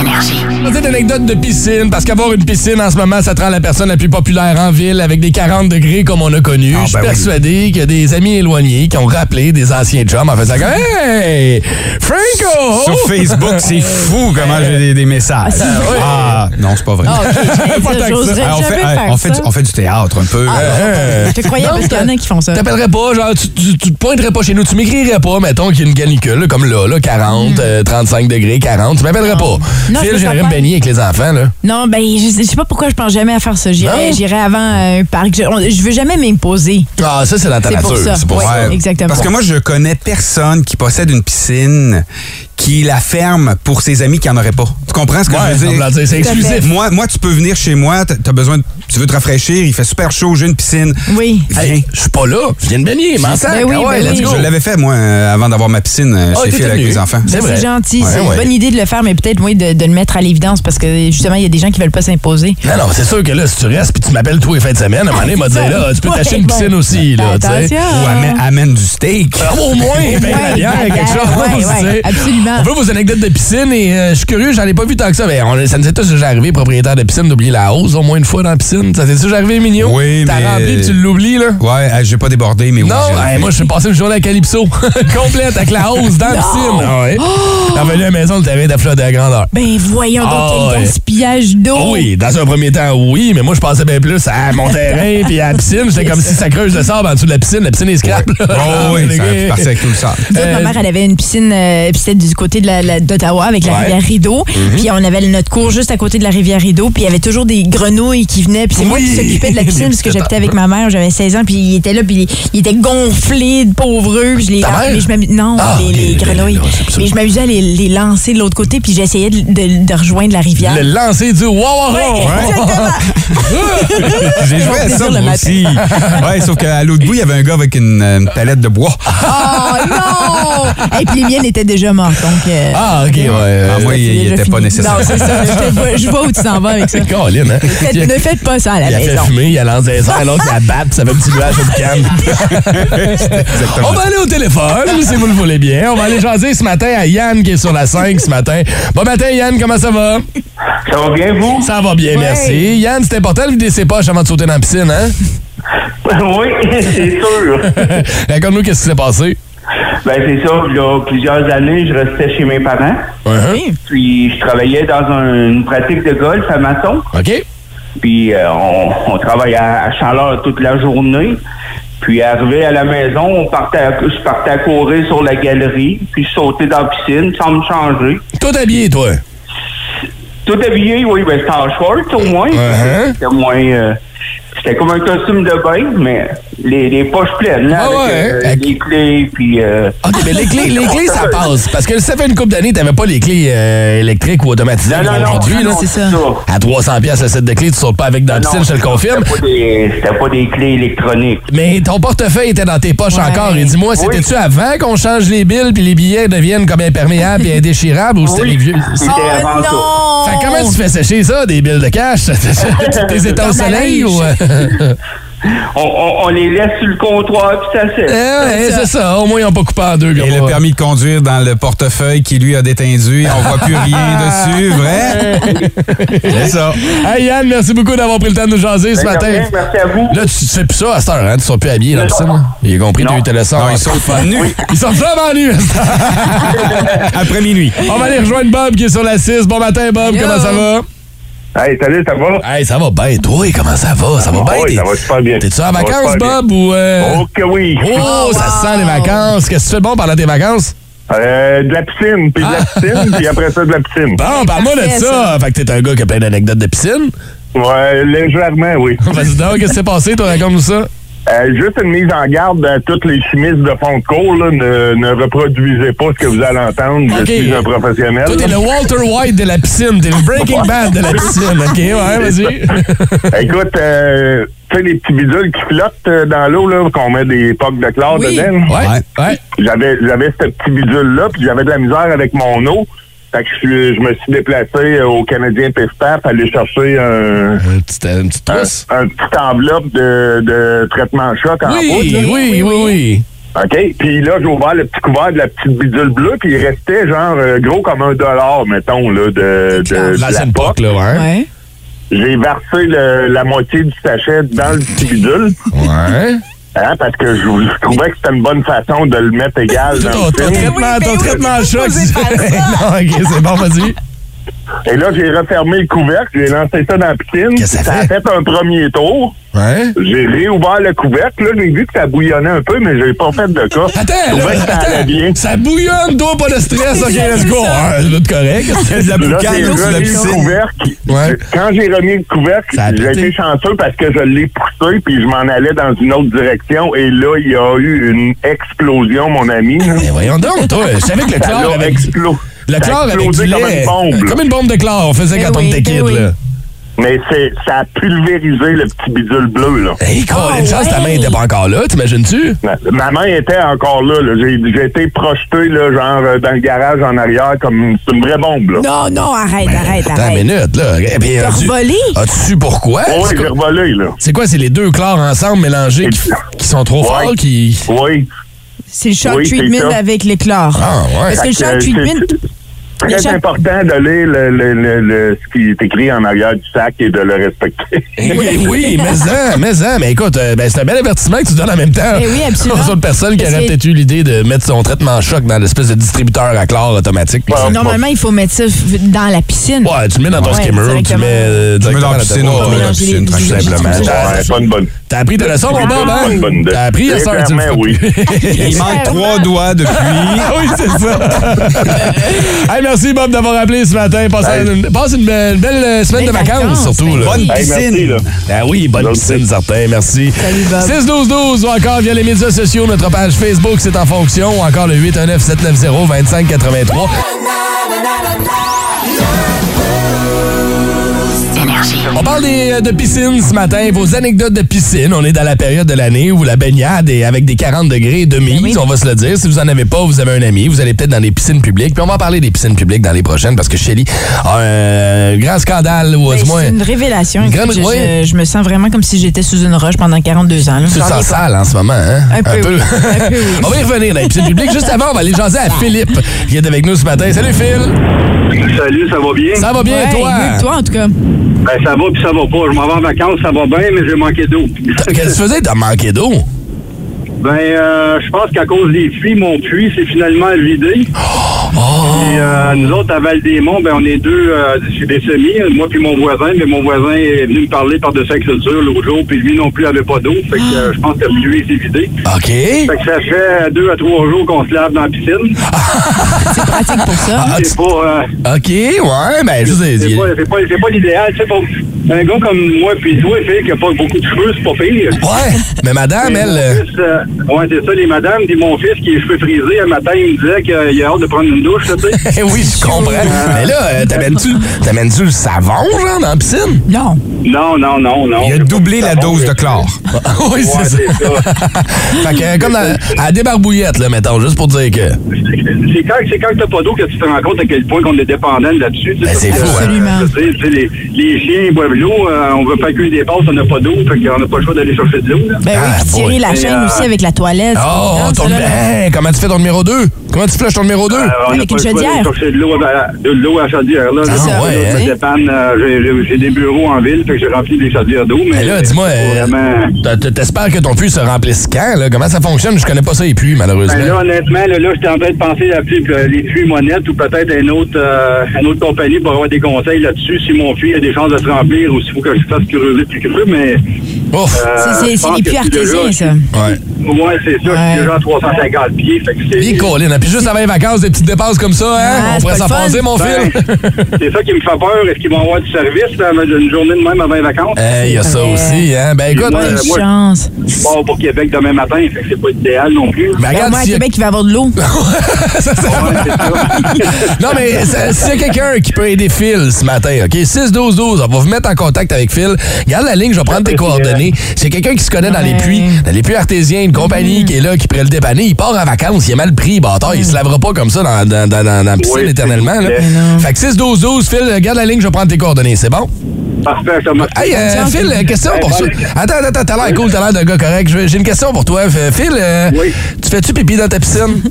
B: énergie,
F: Petite anecdote de piscine, parce qu'avoir une piscine en ce moment, ça te rend la personne la plus populaire en ville avec des 40 degrés comme on a connu.
D: Ah,
F: Je suis
D: ben oui.
F: persuadé qu'il y a des amis éloignés qui ont rappelé des anciens chums en faisant comme Hey!
E: Oh!
F: Franco!
D: Sur Facebook, c'est fou comment j'ai des, des messages. Ah, non, c'est pas vrai.
E: Ah, ok, j'allais
F: Pas
E: dire,
F: tant que
E: j'oserais
D: Ah, on,
E: jamais
D: fait,
E: faire
D: on, fait
E: ça. Ah,
D: du, on fait du théâtre un peu.
F: Hein?
E: Je te croyais
F: Non,
E: parce qu'il y en a qui font ça.
F: T'appellerais Euh, pas, genre, tu, tu, tu te pointerais pas chez nous, tu m'écrirais pas, mettons qu'il y a une canicule, là, comme là, là 40, euh, 35 degrés, 40, tu m'appellerais pas.
E: Hmm. Non, je
F: Phil,
E: peux
F: j'aimerais
E: pas
F: me
E: faire.
F: baigner avec les enfants, là.
E: Non, ben, je, je sais pas pourquoi je pense jamais à faire ça. J'irai
F: Non?
E: j'irai avant euh, un parc. Je, on- je veux jamais m'imposer.
F: Ah, ça, c'est dans ta
E: C'est
F: nature.
E: pour ça. Ouais, Exactement.
D: Parce que moi, je connais personne qui possède une piscine qui la ferme pour ses amis qui en auraient pas. Tu comprends ce que
F: Ouais,
D: je veux
F: on
D: dire?
F: va dire, c'est
E: Tout à fait.
F: exclusif.
D: Moi, moi, tu peux venir chez moi, t- t'as besoin, de- tu veux te rafraîchir, il fait super chaud, j'ai une piscine.
E: Oui.
D: Viens.
F: Hey, je suis pas là, je viens de baigner, m'en sac,
E: Ben oui,
F: ah ouais,
E: ben
F: let's
E: oui.
F: go.
D: Je l'avais fait, moi, euh, avant d'avoir ma piscine euh,
F: Ah,
D: chez
F: t'étais
D: Phil avec
F: venu.
D: les enfants.
F: C'est
E: Ben,
F: vrai.
E: C'est gentil.
D: Ouais,
E: c'est une
D: ouais.
E: bonne idée de le faire, mais peut-être, oui, de, de le mettre à l'évidence confiance parce que justement, il y a des gens qui veulent pas s'imposer.
F: Non, non, c'est sûr que là, si tu restes puis tu m'appelles tous les fins de semaine, à un moment donné, il m'a dit, là, tu peux
E: Ouais,
F: t'acheter une
E: bon.
F: piscine aussi, là, tu sais.
E: Attention.
D: Ou amène, amène du steak.
F: Ah, Au moins, ben,
E: Ouais,
F: derrière, il y a quelque chose.
E: ouais, ouais,
F: tu sais.
E: absolument.
F: On veut vos anecdotes de piscine et euh, je suis curieux, j'en ai pas vu tant que ça. Mais on- ça nous est tous déjà arrivé, propriétaire de piscine, d'oublier la hausse au moins une fois dans la piscine. Ça t'est déjà arrivé, Mignon?
D: Oui, mais-
F: T'as rempli puis tu l'oublies, là?
D: Ouais, euh, j'ai pas débordé, mais oui,
F: Non,
D: j'ai-
F: hey, moi je suis passé une journée à Calypso, complète avec la hausse dans la piscine. Ah ouais. T'es revenu à la maison, le terrain était fleur de la grandeur.
E: Ben voyons donc
F: Ah,
E: quel
F: ouais.
E: gaspillage d'eau.
F: Oh Oui, dans un premier temps, oui, mais moi, je pensais bien plus à mon terrain puis à la piscine. J'étais comme si ça creuse le sable en dessous de la piscine. La piscine est scrap. là.
D: Oh oui, ça
F: Les
D: aurait
F: gars.
D: pu partir avec tout le sable.
E: Nous autres, ma
F: Euh,
E: mère, elle avait une piscine, euh, puis c'était du côté de la- la- d'Ottawa avec la
F: Ouais. Mhm.
E: rivière Rideau. Puis on avait notre cours juste à côté de la rivière Rideau. Puis il y avait toujours des grenouilles qui venaient. Puis c'est moi
F: Oui.
E: qui s'occupais de la piscine parce que j'habitais avec ma mère. J'avais 16 ans. Puis il était là. Puis il- il était gonflé de pauvreux. Puis je les
F: Ta mère?
E: mais je m'amu- Non,
F: Ah,
E: les,
F: ok,
E: les
F: les-
E: grenouilles.
F: non, c'est absurde.
E: mais je m'amusais à les, les lancer de l'autre côté. Puis j'essayais de, de- de rejoindre la rivière.
F: Le lancer du wow, wow, wow.
E: Exactement.
D: J'ai joué à ça, moi aussi. Ouais, sauf qu'à l'autre bout, il y avait un gars avec une, euh, une palette de bois.
E: Ah, Oh non! Et puis les miennes étaient déjà mortes. Donc, euh,
F: Ah, OK, ouais.
D: Ah, moi,
E: c'est
D: il
E: déjà
D: n'était pas
E: fini.
D: nécessaire.
E: Non, c'est ça. Je, te vois, je vois où tu s'en vas avec ça.
F: C'est Colin, hein?
E: Faites-
F: Il a-
E: ne faites pas ça à la
F: il a fait
E: maison.
F: fumer, il a lancé les airs, l'autre, il a battu, ça fait un petit nuage de On va aller au téléphone, si vous le voulez bien. On va aller jaser ce matin à Yann qui est sur la 5 ce matin. Bon matin, Yann, comment ça va?
G: Ça va bien, vous?
F: Ça va bien, merci. Yann, c'est important de vider ses poches avant de sauter dans la piscine, hein?
G: oui, c'est sûr.
F: Raconte-nous qu'est-ce qui s'est passé.
G: Ben, c'est ça. Il y a plusieurs années, je restais chez mes parents.
E: Oui.
G: Puis, je travaillais dans un- une pratique de golf à maçon.
F: OK?
G: Puis euh, on, on travaillait à, à chaleur toute la journée. Puis arrivé à la maison, on partait à- je partais à courir sur la galerie, puis je sautais dans la piscine sans me changer.
F: Tout habillé, toi.
G: Tout habillé, oui, ben c'était en short au moins.
F: Uh-huh.
G: C'était moins... euh, c'était comme un costume de bain, mais les, les poches pleines, là,
F: Ah
G: avec
F: ouais,
G: euh,
F: hein?
G: les clés, puis... euh,
F: Ah, OK, mais les clés, les clés, ça passe. Parce que ça fait une couple d'années, t'avais pas les clés euh, électriques ou automatisées
G: non, non, non,
F: aujourd'hui.
G: non,
F: là.
E: c'est ça.
F: À 300 pièces le set de clés, tu sautes pas avec dans la piscine,
G: Non,
F: je te le confirme.
G: C'était pas des- c'était pas des clés électroniques.
F: Mais ton portefeuille était dans tes poches
E: Ouais.
F: encore. Et dis-moi,
G: Oui.
F: c'était-tu avant qu'on change les billes puis les billets deviennent comme imperméables et indéchirables ou c'était les vieux?
G: C'était avant ça.
E: Oh
F: Fait que
E: non!
F: comment tu fais sécher ça, des billes de cash? Tu t'es éteint au soleil
E: linge.
F: ou... euh,
G: On, on- on les laisse sur le comptoir, puis ça
F: Eh
G: c'est...
F: ouais, c'est ça. Au moins, ils n'ont pas coupé en deux.
D: Et
F: gars.
D: le permis de conduire dans le portefeuille qui lui a détendu, on voit plus rien dessus, vrai? C'est ça.
F: Hey Yann, merci beaucoup d'avoir pris le temps de nous jaser ce
G: Ben,
F: matin.
G: Gabriel, Merci à vous.
F: Là, tu tu fais plus ça à cette heure, hein? Tu sont plus habillés dans le piscine. hein? Il a compris,
G: Non.
F: tu as eu le sort.
D: Non, ils sont pas nus.
F: Ils sont vraiment nus. à cette heure.
D: Après minuit.
F: On va aller rejoindre Bob qui est sur la 6. Bon matin, Bob.
E: Yo.
F: Comment ça va?
J: Hey, salut, ça va?
F: Hey, ça va bien. Toi, comment ça va? Ça va bien?
J: Oh, Oui, ça
F: T'es-
J: va super bien.
F: T'es-tu en
J: Ça va
F: vacances,
J: super bien.
F: Bob? Ou euh,
J: Oh que oui!
F: Oh, ça sent les vacances. Qu'est-ce que tu fais de bon pendant tes vacances? Ah.
J: Euh, de la piscine, puis de la piscine, puis après ça, de la piscine.
F: Bon, parle-moi de
E: parfait,
F: ça. Fait que t'es un gars qui a plein d'anecdotes de piscine.
J: Ouais, légèrement, oui.
F: Vas-y donc, qu'est-ce qui s'est passé? Toi, raconte-nous ça.
J: Euh, juste une mise en garde à tous les chimistes de fond de cours, là, ne, ne reproduisez pas ce que vous allez entendre.
F: Ok.
J: Je suis un professionnel.
F: Toi, t'es le Walter White de la piscine. T'es le Breaking Bad de la piscine. OK, ouais, vas-y.
J: Écoute, euh, tu sais, les petits bidules qui flottent euh, dans l'eau, là, qu'on met des pocs de chlore
E: Oui.
J: dedans.
F: Ouais, ouais.
J: J'avais, j'avais ce petit bidule-là, puis j'avais de la misère avec mon eau. Fait que je, suis- je me suis déplacé au Canadien Pestap, aller chercher un,
F: Un petit- Une Euh, petite
J: un,
F: trousse.
J: Hein? un petit enveloppe de, de traitement choc en
F: Oui,
J: route. là.
F: oui, oui, oui.
J: OK? Puis là, j'ai ouvert le petit couvert de la petite bidule bleue, puis il restait genre euh, gros comme un dollar, mettons, là, de, de, de
F: La
J: la
F: scène
J: poque.
F: POC, là, ouais.
E: Ouais.
J: J'ai versé le- la moitié du sachet dans le petit bidule,
F: Ouais.
J: hein, parce que je, je trouvais que c'était une bonne façon de le mettre égal dans
F: Ton,
J: le
F: ton
J: film.
F: traitement, ton
E: mais oui,
F: traitement
E: mais
F: choc.
E: vous
F: c'est-
E: pouvez
F: non, ok, c'est bon, vas-y.
J: Et là, j'ai refermé le couvercle, j'ai lancé ça dans la piscine.
F: Qu'est-ce que ça
J: ça a
F: fait?
J: fait un premier tour.
F: Ouais.
J: J'ai réouvert le couvercle. Là, j'ai vu que ça bouillonnait un peu, mais j'ai pas fait de cas. Je
F: Attends,
J: trouvais
F: là,
J: que ça allait bien.
F: attends. Ça bouillonne, toi, pas de stress. Ok, let's go. Ouais, l'autre correct. C'est de la
J: Là, j'ai
F: boucane sur la
J: remis le
F: piscine.
J: couvercle.
F: Ouais.
J: Quand j'ai remis le couvercle,
F: Ça a
J: j'ai
F: pété.
J: été chanceux parce que je l'ai poussé puis je m'en allais dans une autre direction et là, il y a eu une explosion, mon ami. là.
F: Mais Ben, voyons donc, toi. Je savais que le
J: Ça
F: chlore
J: l'a
F: avec.
J: explo-
F: Le
J: ça a
F: chlore avec du
J: explosé comme
F: lait.
J: une bombe. là.
F: Comme une bombe de chlore, on faisait
E: Eh
F: quand on
E: oui,
F: était
E: eh
F: kid,
E: oui.
F: là.
J: Mais c'est, ça a pulvérisé le petit bidule bleu, là.
F: Hey, Colin, ça, ta main était pas encore là, t'imagines-tu?
J: Ma, ma main était encore là, là. J'ai, j'ai été projeté, là, genre, euh, dans le garage en arrière, comme c'est une vraie bombe, là.
E: Non, non, arrête, arrête,
F: Attends
E: arrête.
F: une minute, Ah, là. Et puis,
E: T'as
F: as-tu-
E: revolé?
F: As-tu su pourquoi?
J: Oh, oui,
F: C'est
J: j'ai
F: quoi-
J: revolé, là.
F: c'est quoi? C'est les deux chlores ensemble mélangés qui, qui sont trop
J: Ouais.
F: forts? Qui...
J: Oui.
E: C'est le shock
J: Oui, c'est
E: treatment
J: ça.
E: avec les chlores.
F: Ah, ouais.
E: Parce que le
J: Fait
E: shock
J: que, euh,
E: treatment,
J: c'est- c'est
E: le
J: Très
E: shock-
J: important de lire le, le- le- le- ce qui est écrit en arrière du sac et de le respecter.
F: Eh Oui, oui, mais ça, mais ça. Mais écoute, euh, ben, c'est un bel avertissement que tu donnes en même temps
E: Eh oui, absolument.
F: aux autres personnes qui
E: Parce
F: auraient
E: que-
F: peut-être eu l'idée de mettre son traitement choc dans l'espèce de distributeur à chlore automatique. Puis
J: Ouais.
E: normalement, il faut mettre ça f- dans la piscine.
F: ah, Ouais, tu le mets dans ton
E: Ouais,
F: skimmer, tu le
E: directement.
F: mets euh,
D: Tu mets dans la
F: ta
D: piscine,
F: boîte.
D: on va dans la
E: mélanger
D: piscine,
E: les- les-
D: tranquille.
F: Simplement.
E: les-
J: Ouais, pas une bonne.
F: T'as appris de leçon, mon
J: Pas
F: Bob, hein?
J: une bonne idée.
F: T'as appris à ça, tu le
J: Clairement,
F: feras
J: oui.
F: plus.
D: Il manque trois doigts depuis.
F: Ah oui, c'est ça. Hey, merci, Bob, d'avoir appelé ce matin. Passe, une, passe une belle, belle, euh, semaine de
E: Belles
F: vacances,
E: vacances,
F: surtout.
E: ben
F: Là.
E: oui.
J: Hey, merci, là.
F: Ah oui, bonne
J: Merci.
F: piscine, certain. Merci.
E: Salut, Bob.
F: 6-12-12 ou encore via les médias sociaux, notre page Facebook, c'est en fonction. Ou encore le 819-790-2583.
B: énergie.
F: On parle des, euh, de piscine ce matin, vos anecdotes de piscine. On est dans la période de l'année où la baignade est avec des 40 degrés et
E: Ben
F: demi, on va se le dire. Si vous en avez pas, vous avez un ami, vous allez peut-être dans des piscines publiques. Puis on va en parler des piscines publiques dans les prochaines parce que Shelly a un euh, grand scandale ou
E: Ben,
F: du moins...
E: C'est une révélation.
F: Une
E: Écoute,
F: grande-
E: je,
F: ouais.
E: je- je me sens vraiment comme si j'étais sous une roche pendant 42 ans. là.
F: Tu te
E: J'en ai
F: sens
E: pas.
F: sale en ce moment, hein?
E: Un peu, oui. Un peu, oui.
F: on va y revenir dans les piscines publiques. Juste avant, on va aller jaser à Philippe qui est avec nous ce matin. Salut Phil!
K: Salut, ça va bien?
F: Ça va bien,
E: Ouais,
F: toi?
E: mieux que toi, en tout cas.
K: Ben, ça va puis ça va pas. Je m'en vais en vacances, ça va bien, mais j'ai manqué d'eau.
F: Qu'est-ce que tu faisais? T'as manqué d'eau?
K: ben, euh, je pense qu'à cause des pluies, mon puits s'est finalement vidé. Puis, euh, nous autres, à Val-des-Monts, ben, on est deux, euh, chez des semis, moi puis mon voisin, mais mon voisin est venu me parler par de sa culture l'autre jour, puis lui non plus avait pas d'eau. Fait que euh, je pense que le puits s'est vidé.
F: OK.
K: Fait que ça fait deux à trois jours qu'on se lave dans la piscine.
E: C'est pratique pour ça.
F: Ah, tu-
K: C'est pas, euh,
F: OK, ouais, ben juste...
K: c'est pas, c'est pas, c'est pas l'idéal. Tu sais, pour un gars comme moi puis toi, Phil, qui a pas beaucoup de cheveux, c'est pas pire.
F: Ouais, mais madame,
K: Mais
F: elle...
K: mon
F: euh,
K: fils, euh, ouais, c'est ça, les madames. Puis mon fils qui est cheveux frisés, un matin, il me disait qu'il a hâte de prendre une douche, là, tu sais.
F: Eh oui, je comprends. Mais là, euh, t'amènes-tu, t'amènes-tu le savon, genre, dans la piscine?
E: Non.
K: Non, non, non, non.
D: Il a doublé la dose de chlore.
K: Ouais,
F: oui, c'est ça.
K: c'est ça.
F: Fait que, euh, comme dans- à la débarbouillette, là, mettons, juste pour dire que.
K: C'est quand, c'est quand t'as pas d'eau que tu te rends compte à quel point qu'on est dépendant là-dessus. tu sais,
F: Ben, c'est
K: parce que,
F: fou, hein.
E: Absolument.
K: je veux dire, tu sais, les, les chiens ils boivent l'eau, euh, on veut pas que des passes, on n'a pas d'eau, fait qu'on n'a pas le choix d'aller chercher de l'eau. là.
E: Ben
F: Ah,
E: oui, puis
F: boy.
E: tirer la
K: Et,
E: chaîne
K: euh,
E: aussi avec la toilette.
F: Oh,
E: Non,
F: ton
E: ça, là,
F: Hey, comment tu fais ton numéro 2? Comment tu flushes ton numéro 2?
K: Euh, on n'a
E: Avec
K: pas
E: une
K: le choix d'aller
E: chaudière.
K: chercher de l'eau à, de l'eau à chaudière. Là,
F: Ah,
K: Là,
F: ouais,
K: là, je
F: hein.
K: me dépanne, euh, j'ai- j'ai- j'ai des bureaux en ville, fait que j'ai rempli des chaudières d'eau. Mais
F: mais là, dis-moi,
K: c'est
F: euh,
K: vraiment-
F: t'as- t'as- t'espères que ton puits se remplisse quand? Là? Comment ça fonctionne? Je connais pas ça, les puits,
K: Ben
F: malheureusement.
K: là, honnêtement, là, là, j'étais en train de penser à plus, euh, les puits monettes ou peut-être une autre, euh, une autre compagnie pour avoir des conseils là-dessus si mon puits a des chances de se remplir ou s'il faut que je fasse creuser plus creux, mais...
F: Ouf!
K: euh,
E: C'est- c'est-
K: je
E: C'est
K: pense
E: les
K: que
E: puits
K: je suis déjà-
E: artésiens, ça.
F: Ouais.
K: Ouais, c'est ça. Je
E: Ouais.
K: suis déjà à 350 pieds, fait que
F: Puis,
K: c'est...
F: Colin, hein, puis juste avant les vacances, des petites dépenses comme ça, hein?
E: Ah,
F: on
E: c'est
F: pourrait
E: pas
F: s'en
E: le fun.
F: passer, mon
K: Ben,
F: fils.
K: c'est ça qui me fait peur. Est-ce qu'ils vont avoir du service là, une journée de même avant les vacances?
E: Euh,
F: Hey, il y a ça
E: Ouais.
F: aussi, hein? Ben, écoute.
K: Ouais.
E: Quelle
K: Euh, moi-
E: chance.
K: Je pars pour Québec demain matin, fait que c'est pas idéal non plus.
E: Au
F: ben, regarde,
E: moins, à
F: s'il y a-
E: Québec, il va avoir de l'eau. Ben,
K: Ouais, c'est ça.
F: Non, mais ça- s'il y a quelqu'un qui peut aider Phil ce matin, OK? 6-12-12, on va vous mettre en contact avec Phil. Garde la ligne, je vais prendre tes
K: hein.
F: coordonnées. C'est quelqu'un qui se connaît dans les
E: Ouais.
F: puits, dans les puits artésiens, une compagnie qui est là, qui pourrait le dépanner. Il part en vacances, il est mal pris, bâtard. Il se lavera pas comme ça dans, dans, dans, dans la piscine
K: Oui,
F: éternellement. là.
K: s'il vous
F: Fait que 6-12-12, Phil, garde la ligne, je vais prendre tes coordonnées. C'est bon?
K: Parfait, ça m'a
F: Hey, euh,
E: Bonne chance.
F: Phil, euh, question pour ça. Attends, attends, t'as l'air cool, t'as l'air d'un gars correct. Je- J'ai une question pour toi. F- Phil, euh,
K: Oui.
F: tu fais-tu pipi dans ta piscine?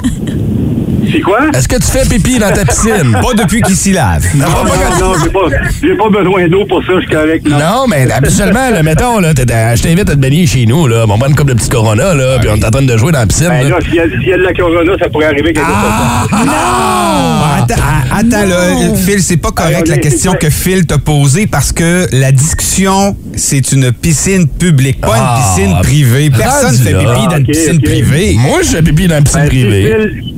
K: C'est quoi?
F: Est-ce que tu fais pipi dans ta piscine?
D: Pas depuis qu'il s'y lave.
K: Non, non, j'ai pas, j'ai pas besoin d'eau pour ça, je suis correct. Non.
F: Non, mais habituellement, là, mettons, là, t'es- t'es- je t'invite à te baigner chez nous, là. On prend une couple de petits Corona, là, puis on est en train de jouer dans la piscine.
K: Ben
F: là. Ah!
K: là, s'il y, a- s'il y a de la corona, ça pourrait arriver quelque chose.
D: Attends,
F: ben
D: ah, attends, là, Phil, c'est pas correct
K: Allez,
D: la
K: allez.
D: question que Phil t'a posée parce que la discussion, c'est une piscine publique, pas
F: Ah,
D: une piscine privée. Personne
F: rendu
D: fait
F: là.
D: pipi dans
K: Ah,
D: une
K: ok,
D: piscine
K: ok.
D: privée.
F: Moi, je fais pipi dans la piscine
K: Ben, si
F: privée.
K: Phil-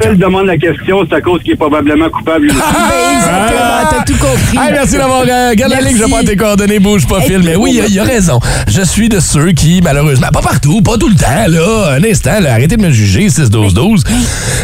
K: Si elle demande la question, c'est à cause qu'il est probablement coupable.
E: Ah!
F: Ah!
E: Ben, Exactement, t'as tout compris.
F: Hey, merci d'avoir euh, gardé la ligne. Je vais pas tes coordonnées, bouge pas, Phil.
E: oh,
F: Mais oui, il a- il a, raison. Je suis de ceux qui, malheureusement, pas partout, pas tout le temps, là, un instant, là, arrêtez de me juger, 6-12-12.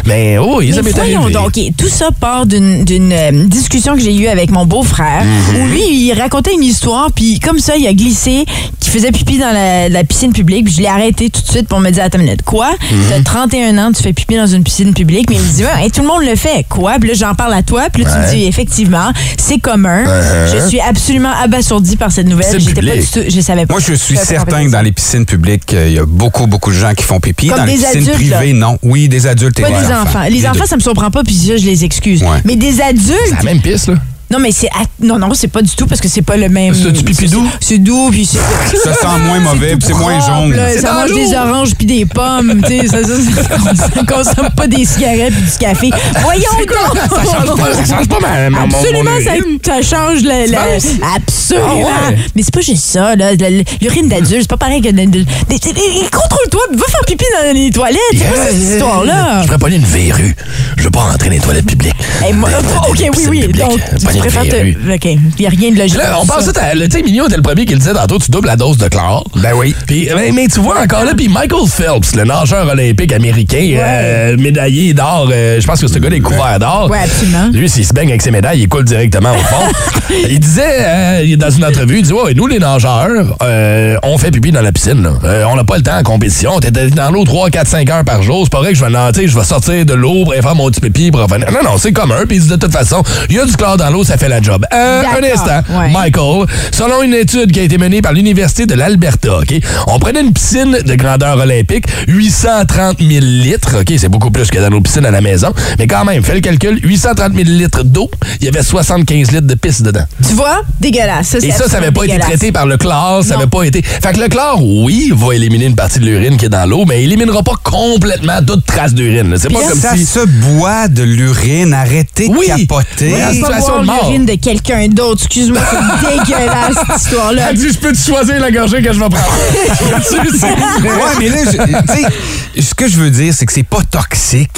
F: Mais oh, il
E: Mais
F: s'est arrivé.
E: voyons donc, et tout ça part d'une d'une, euh, discussion que j'ai eue avec mon beau-frère,
D: Mm-hmm.
E: où lui, il racontait une histoire, puis comme ça, il a glissé, qu'il faisait pipi dans la, la piscine publique, puis je l'ai arrêté tout de suite pour me dire, attends une minute, quoi?
D: Mm-hmm.
L: Mhm.
E: T'as 31 ans, tu fais pipi dans une piscine publique, mais il me dit, ouais, hey, tout le monde le fait, quoi? Puis là, j'en parle à toi, puis là, tu me
L: Ouais.
E: dis, effectivement, c'est commun.
D: Uh-huh.
E: Je suis absolument abasourdie par cette nouvelle.
D: C'est
E: J'étais pas
D: public.
E: du tout- je savais pas.
D: Moi, je suis
E: savais pas
D: certain
E: complètement.
D: que dans les piscines publiques, euh, il y a beaucoup, beaucoup de gens qui font pipi.
E: Comme
D: dans les
E: des
D: piscines
E: adultes,
D: privées, non. Oui, des adultes et
E: Pas
D: des
E: des enfants. Les enfants,
D: deux.
E: ça me surprend pas, puis ça, je les excuse. Mais des adultes. C'est la
F: même piste, là.
E: Non, mais c'est. à- Non, non, c'est pas du tout parce que c'est pas le même.
D: C'est du Ah,
E: pipi doux. C'est doux, puis c'est.
D: Ça sent moins mauvais, puis c'est moins jaune.
E: Là, ça mange des oranges puis des pommes, tu sais. Ça, ça, ça- on consomme pas des cigarettes puis du café. Voyons
L: C'est quoi?
E: donc!
L: Ça change pas- ça change pas ma- ma- mon-
E: Oh, Absolument,
L: mon
E: ça,
L: urine.
E: ça change le.
L: Tu
E: le-
L: penses?
E: absolument!
L: Ah ouais.
E: Mais c'est pas juste ça, là. Le- le- L'urine d'adulte, c'est pas pareil que. de- de- de- de- Contrôle-toi, va faire pipi dans les toilettes. C'est quoi cette histoire-là?
F: Je ferais pas une verrue. Je veux pas rentrer dans les toilettes publiques.
E: Eh, moi, ok, oui, oui. Donc, tu
F: Pogner une
E: préfères te.
F: verrue.
E: Ok, il n'y a rien de
F: Puis
E: logique.
F: là, on
E: dans
F: pense
E: ça.
F: tout à. Le tu sais, Mignon était le premier qui le disait tantôt, tu doubles la dose de chlore. Ben oui. Puis, ben, mais tu vois encore là, puis Michael Phelps, le nageur olympique américain, euh, médaillé d'or, euh, je pense que ce gars-là est couvert d'or.
E: Ouais, absolument.
F: Lui, s'il se baigne avec ses médailles, il coule directement au fond. il disait, euh, il est dans une entrevue, il dit Ouais, nous, les nageurs, euh, on fait pipi dans la piscine. là. Euh, on n'a pas le temps en compétition. T'es dans l'eau 3, 4, 5 heures par jour. C'est pas vrai que je vais nager, je vais sortir de l'eau pour aller faire mon petit pipi pour revenir. Non, non, c'est commun. Puis il dit, de toute façon, il y a du chlore dans l'eau, ça fait la job. Euh, un
L: D'accord,
F: instant. Michael, selon une étude qui a été menée par l'Université de l'Alberta, OK, on prenait une piscine de grandeur olympique, 830 000 litres, OK, c'est beaucoup plus que dans nos piscines à la maison, mais quand même, fais le calcul, 830 000 litres d'eau, il y avait 75 litres de pisse dedans.
E: Tu vois? Dégueulasse. Ça,
F: Et ça, ça n'avait pas été traité par le chlore, ça n'avait pas été. Fait que le chlore, oui, va éliminer une partie de l'urine qui est dans l'eau, mais il éliminera pas complètement d'autres traces d'urine. là. C'est pas
D: Puis
F: comme
D: ça
F: si.
D: se boit de l'urine. Arrêtez
F: Oui.
D: de capoter.
F: Oui,
E: Pas boire l'urine de quelqu'un d'autre. Excuse-moi, c'est dégueulasse cette histoire-là.
F: Elle dit, je peux te choisir la gorgée que je vais prendre. Tu sais, c'est vrai.
D: Ouais, mais là, je- tu sais, ce que je veux dire, c'est que c'est pas toxique.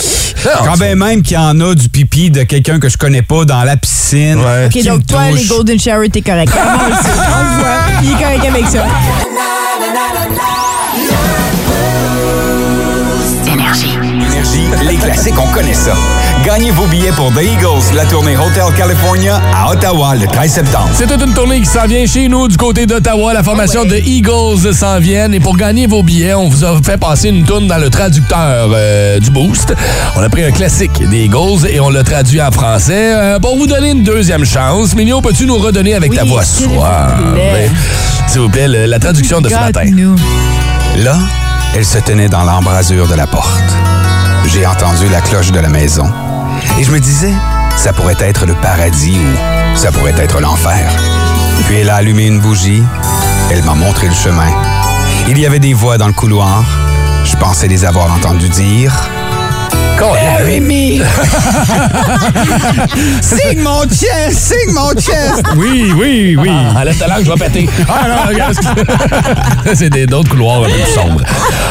D: Quand ben même qu'il y en a du pipi de quelqu'un que je connais pas dans la piscine. qui
E: Ok,
D: me
E: donc toi,
D: touche.
E: les Golden Shower, t'es correct. Vraiment, on le sait, on le voit. Il est correct avec ça.
B: Énergie.
D: Énergie, les classiques, on connaît ça. Gagnez vos billets pour The Eagles, la tournée Hotel California à Ottawa le 13 septembre.
F: C'est toute une tournée qui s'en vient chez nous du côté d'Ottawa. La formation de Eagles s'en vient. Et pour gagner vos billets, on vous a fait passer une tourne dans le traducteur euh, du Boost. On a pris un classique des Eagles et on l'a traduit en français. Euh, pour vous donner une deuxième chance, Mignon, peux-tu nous redonner avec ta voix
L: s'il vous
F: soir?
L: plaît.
F: S'il vous plaît, le- la traduction de ce matin.
D: Là, elle se tenait dans l'embrasure de la porte. J'ai entendu la cloche de la maison. Et je me disais, ça pourrait être le paradis ou ça pourrait être l'enfer. Puis elle a allumé une bougie. Elle m'a montré le chemin. Il y avait des voix dans le couloir. Je pensais les avoir entendues dire. Eh,
L: Bury me.
D: Signe mon chest! Signe mon chest!
F: Oui, oui, oui. Ah, lève ta langue, je vais péter. Ah non, regarde. excuse- C'est des d'autres couloirs un peu plus sombres.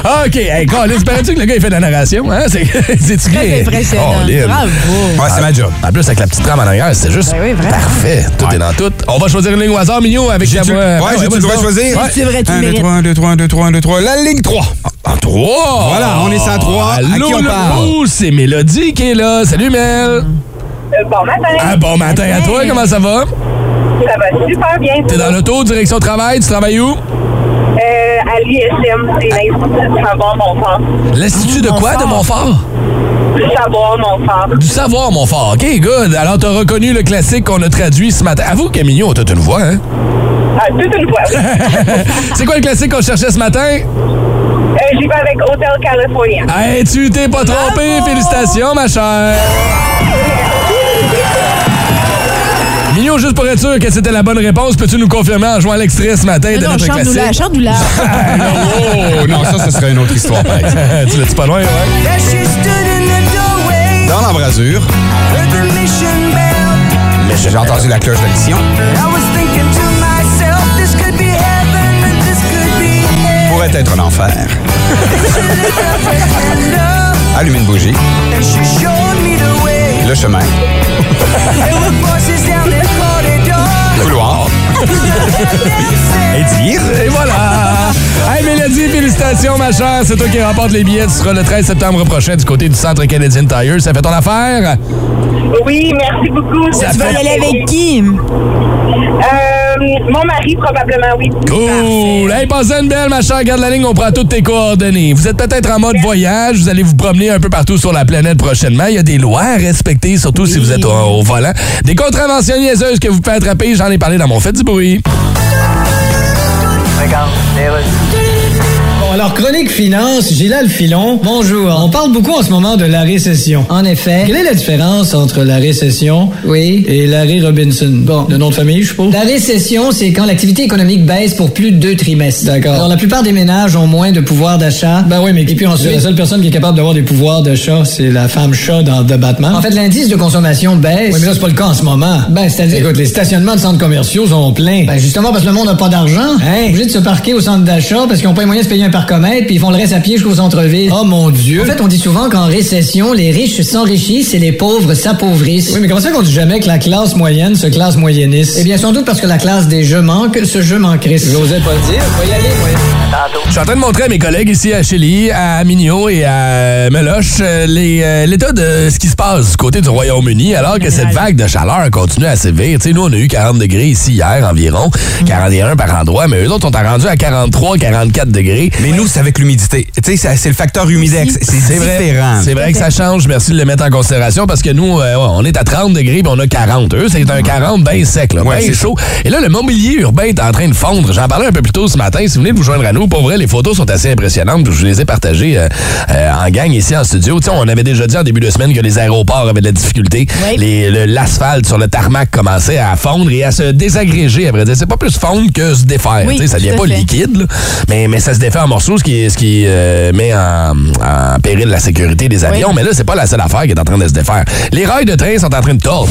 F: Ah, OK, hey, Colin, espérais-tu que le gars, il fait de la narration? Hein? C'est c'est-tu bien?
L: impressionnant.
F: Colin.
L: Bravo.
D: Ouais, c'est ma job.
F: En plus, avec la petite trame en arrière, c'est juste parfait. Tout est dans tout. On va choisir une ligne au hasard, Mignon, avec la
D: J'ai-tu-
F: voix.
D: Ouais,
F: Ah
D: j'ai-tu
F: vas-y
D: le droit de
F: donc.
D: choisir?
F: Ouais.
D: 1, 2, 3, 1, 2, 3, 1, 2, 3, 1, 2, 3. La ligne 3.
F: En 3.
D: Voilà, on est sur la trois. À
F: Allô,
D: qui on
F: le
D: parle?
F: beau, C'est Mélodie qui est là. Salut, Mel.
M: Bon matin.
F: Ah, bon matin à toi. Comment ça va?
M: Ça va super bien.
F: T'es dans l'auto, direction travail. Tu travailles où?
M: Euh, à l'ISM, c'est l'Institut du savoir Montfort.
F: L'Institut de quoi de Montfort?
M: Du savoir Montfort.
F: Du savoir, mon fort. OK, good. Alors, t'as reconnu le classique qu'on a traduit ce matin. Avoue, Camillon, t'as une voix, hein?
M: Ah, toute une fois.
F: C'est quoi le classique qu'on cherchait ce matin?
M: Euh, J'y vais avec Hotel California.
F: Hey, tu t'es pas trompé. Félicitations, ma chère. Mignon, juste pour être sûr que c'était la bonne réponse, peux-tu nous confirmer en jouant l'extrait ce matin de
E: Non,
F: notre
E: chante-nous
F: classique?
E: la, chante-nous la.
D: Oh non, ça, ce serait une autre histoire, par exemple.
F: tu l'as-tu pas loin, ouais?
D: Dans l'embrasure, j'ai entendu la cloche de l'émission. Pourrait être l'enfer. allumer une bougie. Le chemin. Le couloir.
F: Et dire. Et voilà. Hey, Mélodie, félicitations, ma chère. C'est toi qui remporte les billets. Tu seras le 13 septembre prochain du côté du Centre Canadian Tire. Ça fait ton affaire?
M: Oui, merci beaucoup.
E: tu vas y aller avec qui?
M: Euh, mon mari, probablement, oui.
F: Cool! Hey, passez une belle, ma chère. Garde la ligne, on prend toutes tes coordonnées. Vous êtes peut-être en mode voyage, vous allez vous promener un peu partout sur la planète prochainement. Il y a des lois à respecter, surtout si vous êtes au, au volant. Des contraventions niaiseuses que vous pouvez attraper, j'en ai parlé dans mon fait du bruit.
N: Bon, alors, chronique finance, Gilal Filon. Bonjour. On parle beaucoup en ce moment de la récession. En effet. Quelle est la différence entre la récession oui. et Larry Robinson? Bon, le nom de famille, je suppose.
O: La récession, c'est quand l'activité économique baisse pour plus de deux trimestres.
N: D'accord.
O: Alors, la plupart des ménages ont moins de pouvoir d'achat.
N: Ben oui, mais et puis ensuite,
O: Oui.
N: la seule personne qui est capable d'avoir des pouvoirs de chat, c'est la femme chat dans The Batman.
O: En fait, l'indice de consommation baisse.
N: oui, mais là, c'est pas le cas en ce moment.
O: Ben, c'est-à-dire.
N: Écoute, les stationnements de centres commerciaux sont pleins. Hein?
O: Ben, justement, parce que le monde n'a pas d'argent.
N: Hey.
O: Obligé de se parquer au centre d'achat parce qu'ils n'ont pas les moyens de se payer un parcomètre puis ils font le reste à pied jusqu'au centre-ville.
N: Oh mon Dieu.
O: En fait, on dit souvent qu'en récession, les riches s'enrichissent et les pauvres s'appauvrissent.
N: oui, mais comment ça qu'on dit jamais que la classe moyenne se classe moyenniste?
O: Eh bien, sans doute parce que la classe des jeux manque, ce jeu manquerait.
N: J'osais pas le dire. Faut y aller,
F: Je suis en train de montrer à mes collègues ici à Chili, à Mignot et à Meloche euh, les, euh, l'état de ce qui se passe du côté du Royaume-Uni alors que cette vague de chaleur continue à sévir. Tu sais, nous, on a eu 40 degrés ici hier environ, 41 par endroit, mais eux autres, on est rendu à 43, 44 degrés.
D: Mais nous, c'est avec l'humidité. Tu sais, ça- c'est le facteur humidex. C'est
F: C'est vrai.
D: différent.
F: C'est vrai que ça change. Merci de le mettre en considération parce que nous, euh, ouais, on est à 30 degrés puis on a 40. Eux, c'est un 40 bien sec, là,
D: Ouais,
F: bien
D: c'est
F: chaud. Et là, le mobilier urbain est en train de fondre. J'en parlais un peu plus tôt ce matin. Si vous venez de vous joindre à nous, pour vrai, les photos sont assez impressionnantes. Je les ai partagées euh, euh, en gang ici en studio. Tu sais, on avait déjà dit en début de semaine que les aéroports avaient de la difficulté.
E: Ouais.
F: Les- le- L'asphalte sur le tarmac commençait à fondre et à se désagréger. Après, c'est pas plus fondre que se défaire.
E: Oui,
F: Tu sais, ça
E: tout
F: devient
E: à
F: pas
E: fait.
F: liquide, là. mais, mais ça se défait en morceaux, ce qui, ce qui euh, met en, en péril la sécurité des avions. Mais là, c'est pas la seule affaire qui est en train de se défaire. Les rails de train sont en train de tordre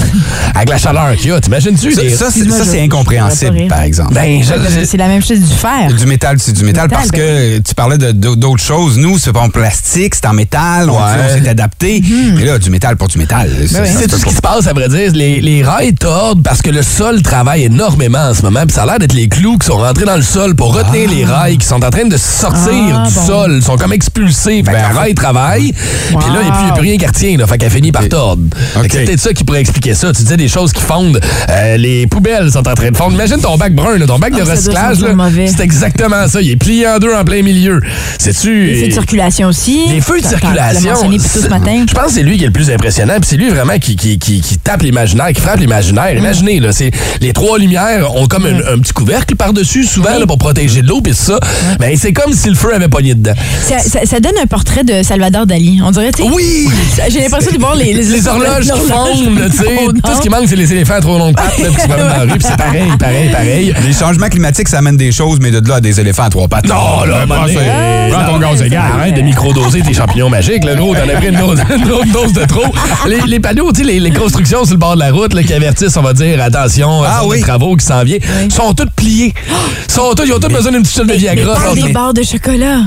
F: avec la chaleur qu'il y a. T'imagines-tu?
D: Ça,
F: des-
D: ça, c'est-
E: Excuse-moi,
D: ça,
E: je-
D: c'est
E: je pourrais pas
D: incompréhensible,
E: rire.
D: par exemple.
F: Ben, je- je-
E: C'est la même chose du fer.
D: Du métal, c'est du métal,
E: métal,
D: parce
E: ben
D: que tu parlais de- de- d'autres choses. Nous, c'est pas en plastique, c'est en métal. On,
F: Ouais.
D: dit, on s'est adapté. Mais là, du métal pour du métal.
F: C'est-
D: ça- ça
F: C'est
D: se
F: tout
D: peut
F: ce qui
D: pas.
F: se passe, à vrai dire. Les, les rails tordent parce que le sol travaille énormément en ce moment. Puis ça a l'air d'être les clous qui sont rentrés dans le sol pour retenir les rails qui sont en train de sortir
E: Ah,
F: du
E: bon.
F: sol. Ils sont comme expulsés. Fait
D: Ben,
F: que le rail travaille. Puis là, il n'y a plus rien qui retient. Là, fait qu'elle finit par tordre. Fait que
D: Ok.
F: C'est peut-être ça qui pourrait expliquer ça. Tu disais des choses qui fondent. Euh, les poubelles sont en train de fondre. Imagine ton bac brun, là, ton bac
E: Ah,
F: de
E: ça doit
F: recyclage.
E: sentir
F: là,
E: mauvais.
F: C'est exactement ça. Il est plié en deux en plein milieu. C'est-tu.
E: Les feux de circulation aussi.
F: Les feux de
E: T'as- t'as- Tu l'as
F: circulation.
E: mentionné plus tôt ce
F: c'est-
E: matin.
F: Je pense que c'est lui qui est le plus impressionnant. Puis c'est lui vraiment qui, qui, qui, qui tape l'imaginaire, qui frappe
E: Mm.
F: l'imaginaire. Imaginez, là, c'est les trois lumières ont comme un, un petit couvercle par-dessus, souvent, là, pour protéger de l'eau, puis ça. Mais c'est comme si le feu avait pogné dedans.
E: Ça, ça- ça donne un portrait de Salvador Dali. On dirait, tu sais,
F: Oui!
E: J'ai l'impression de voir les,
F: Les horloges qui fondent, là, tu sais. Tout ce qui manque, c'est les éléphants à trop longues pattes, là, qui se promènent dans la rue, puis c'est pareil, pareil, pareil.
D: Les changements climatiques, ça amène des choses, mais de là à des éléphants à trois pattes.
F: Non, là,
D: Prends ça.
F: euh, prends ton gaz égal. Arrête de microdoser tes champignons magiques, le gros. T'en as pris une dose, une autre dose de trop. Les, les panneaux, tu sais, les, les constructions sur le bord de la route là, qui avertissent, on va dire, attention,
D: Ah
F: ah,
D: oui.
F: les travaux qui s'en viennent, sont toutes pliées. Sont toutes, ils ont toutes besoin d'une petite chute de Viagra.
E: Parle
F: sont-
E: des barres de chocolat.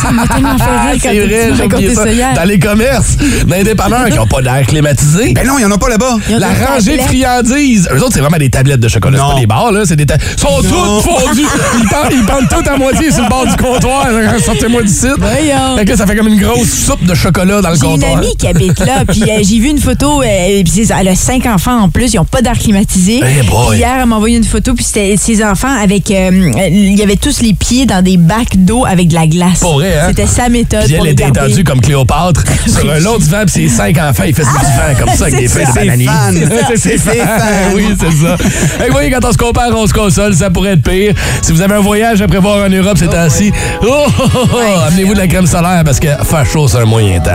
E: Ça m'a tellement fait
F: Ah,
E: rire quand tu m'as
F: Oh. c'est vrai, j'ai oublié
E: raconté
F: ça.
E: ça hier.
F: Dans les commerces, dans les dépanneurs qui n'ont pas d'air climatisé.
D: Ben non, il y en a pas là-bas.
E: Ils ont
F: La
E: des
F: rangée de
E: tablettes.
F: friandises. Eux autres, c'est vraiment des tablettes de chocolat. C'est
D: Non.
F: pas des barres, là. C'est des ta- sont
D: Non.
F: toutes fondues. Ils pendent, ils pendent toutes à moitié sur le bord du comptoir. là. Sortez-moi d'ici.
E: Voyons.
F: Fait que là, ça fait comme une grosse soupe de chocolat dans le
E: J'ai une
F: comptoir.
E: amie qui habite là, puis euh, j'ai vu une photo, euh, puis c'est ça, elle a cinq enfants en plus, ils n'ont pas d'air climatisé.
F: Eh boy.
E: Puis hier, elle m'a envoyé une photo, puis c'était ses enfants avec, euh, euh, il y avait tous les pieds dans des bacs d'eau avec de la glace.
F: Pas vrai, hein?
E: C'était sa méthode
F: Puis
E: pour
F: elle
E: les
F: était
E: garder.
F: étendue comme Cléopâtre sur un long divan, puis ses cinq enfants, ils faisaient du vent comme ça avec des feuilles de
D: C'est
F: bananier.
D: fan.
F: C'est- C'est
D: C'est
F: fan.
D: fan.
F: Oui, c'est ça. Fait que voyez, quand on se compare, on se console, ça pourrait être pire. Si vous avez un voyage à prévoir en Europe ces temps-ci, oh, oh, oh, oh, amenez-vous de la crème solaire parce que faire chaud, c'est un moyen temps.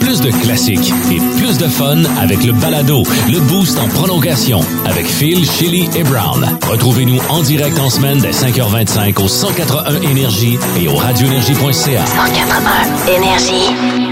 A: Plus de classiques et plus de fun avec le balado, le boost en prolongation avec Phil, Chili et Brown. Retrouvez-nous en direct en semaine dès 5h25 au 181 Énergie et au radioénergie.ca.
B: 181 énergie.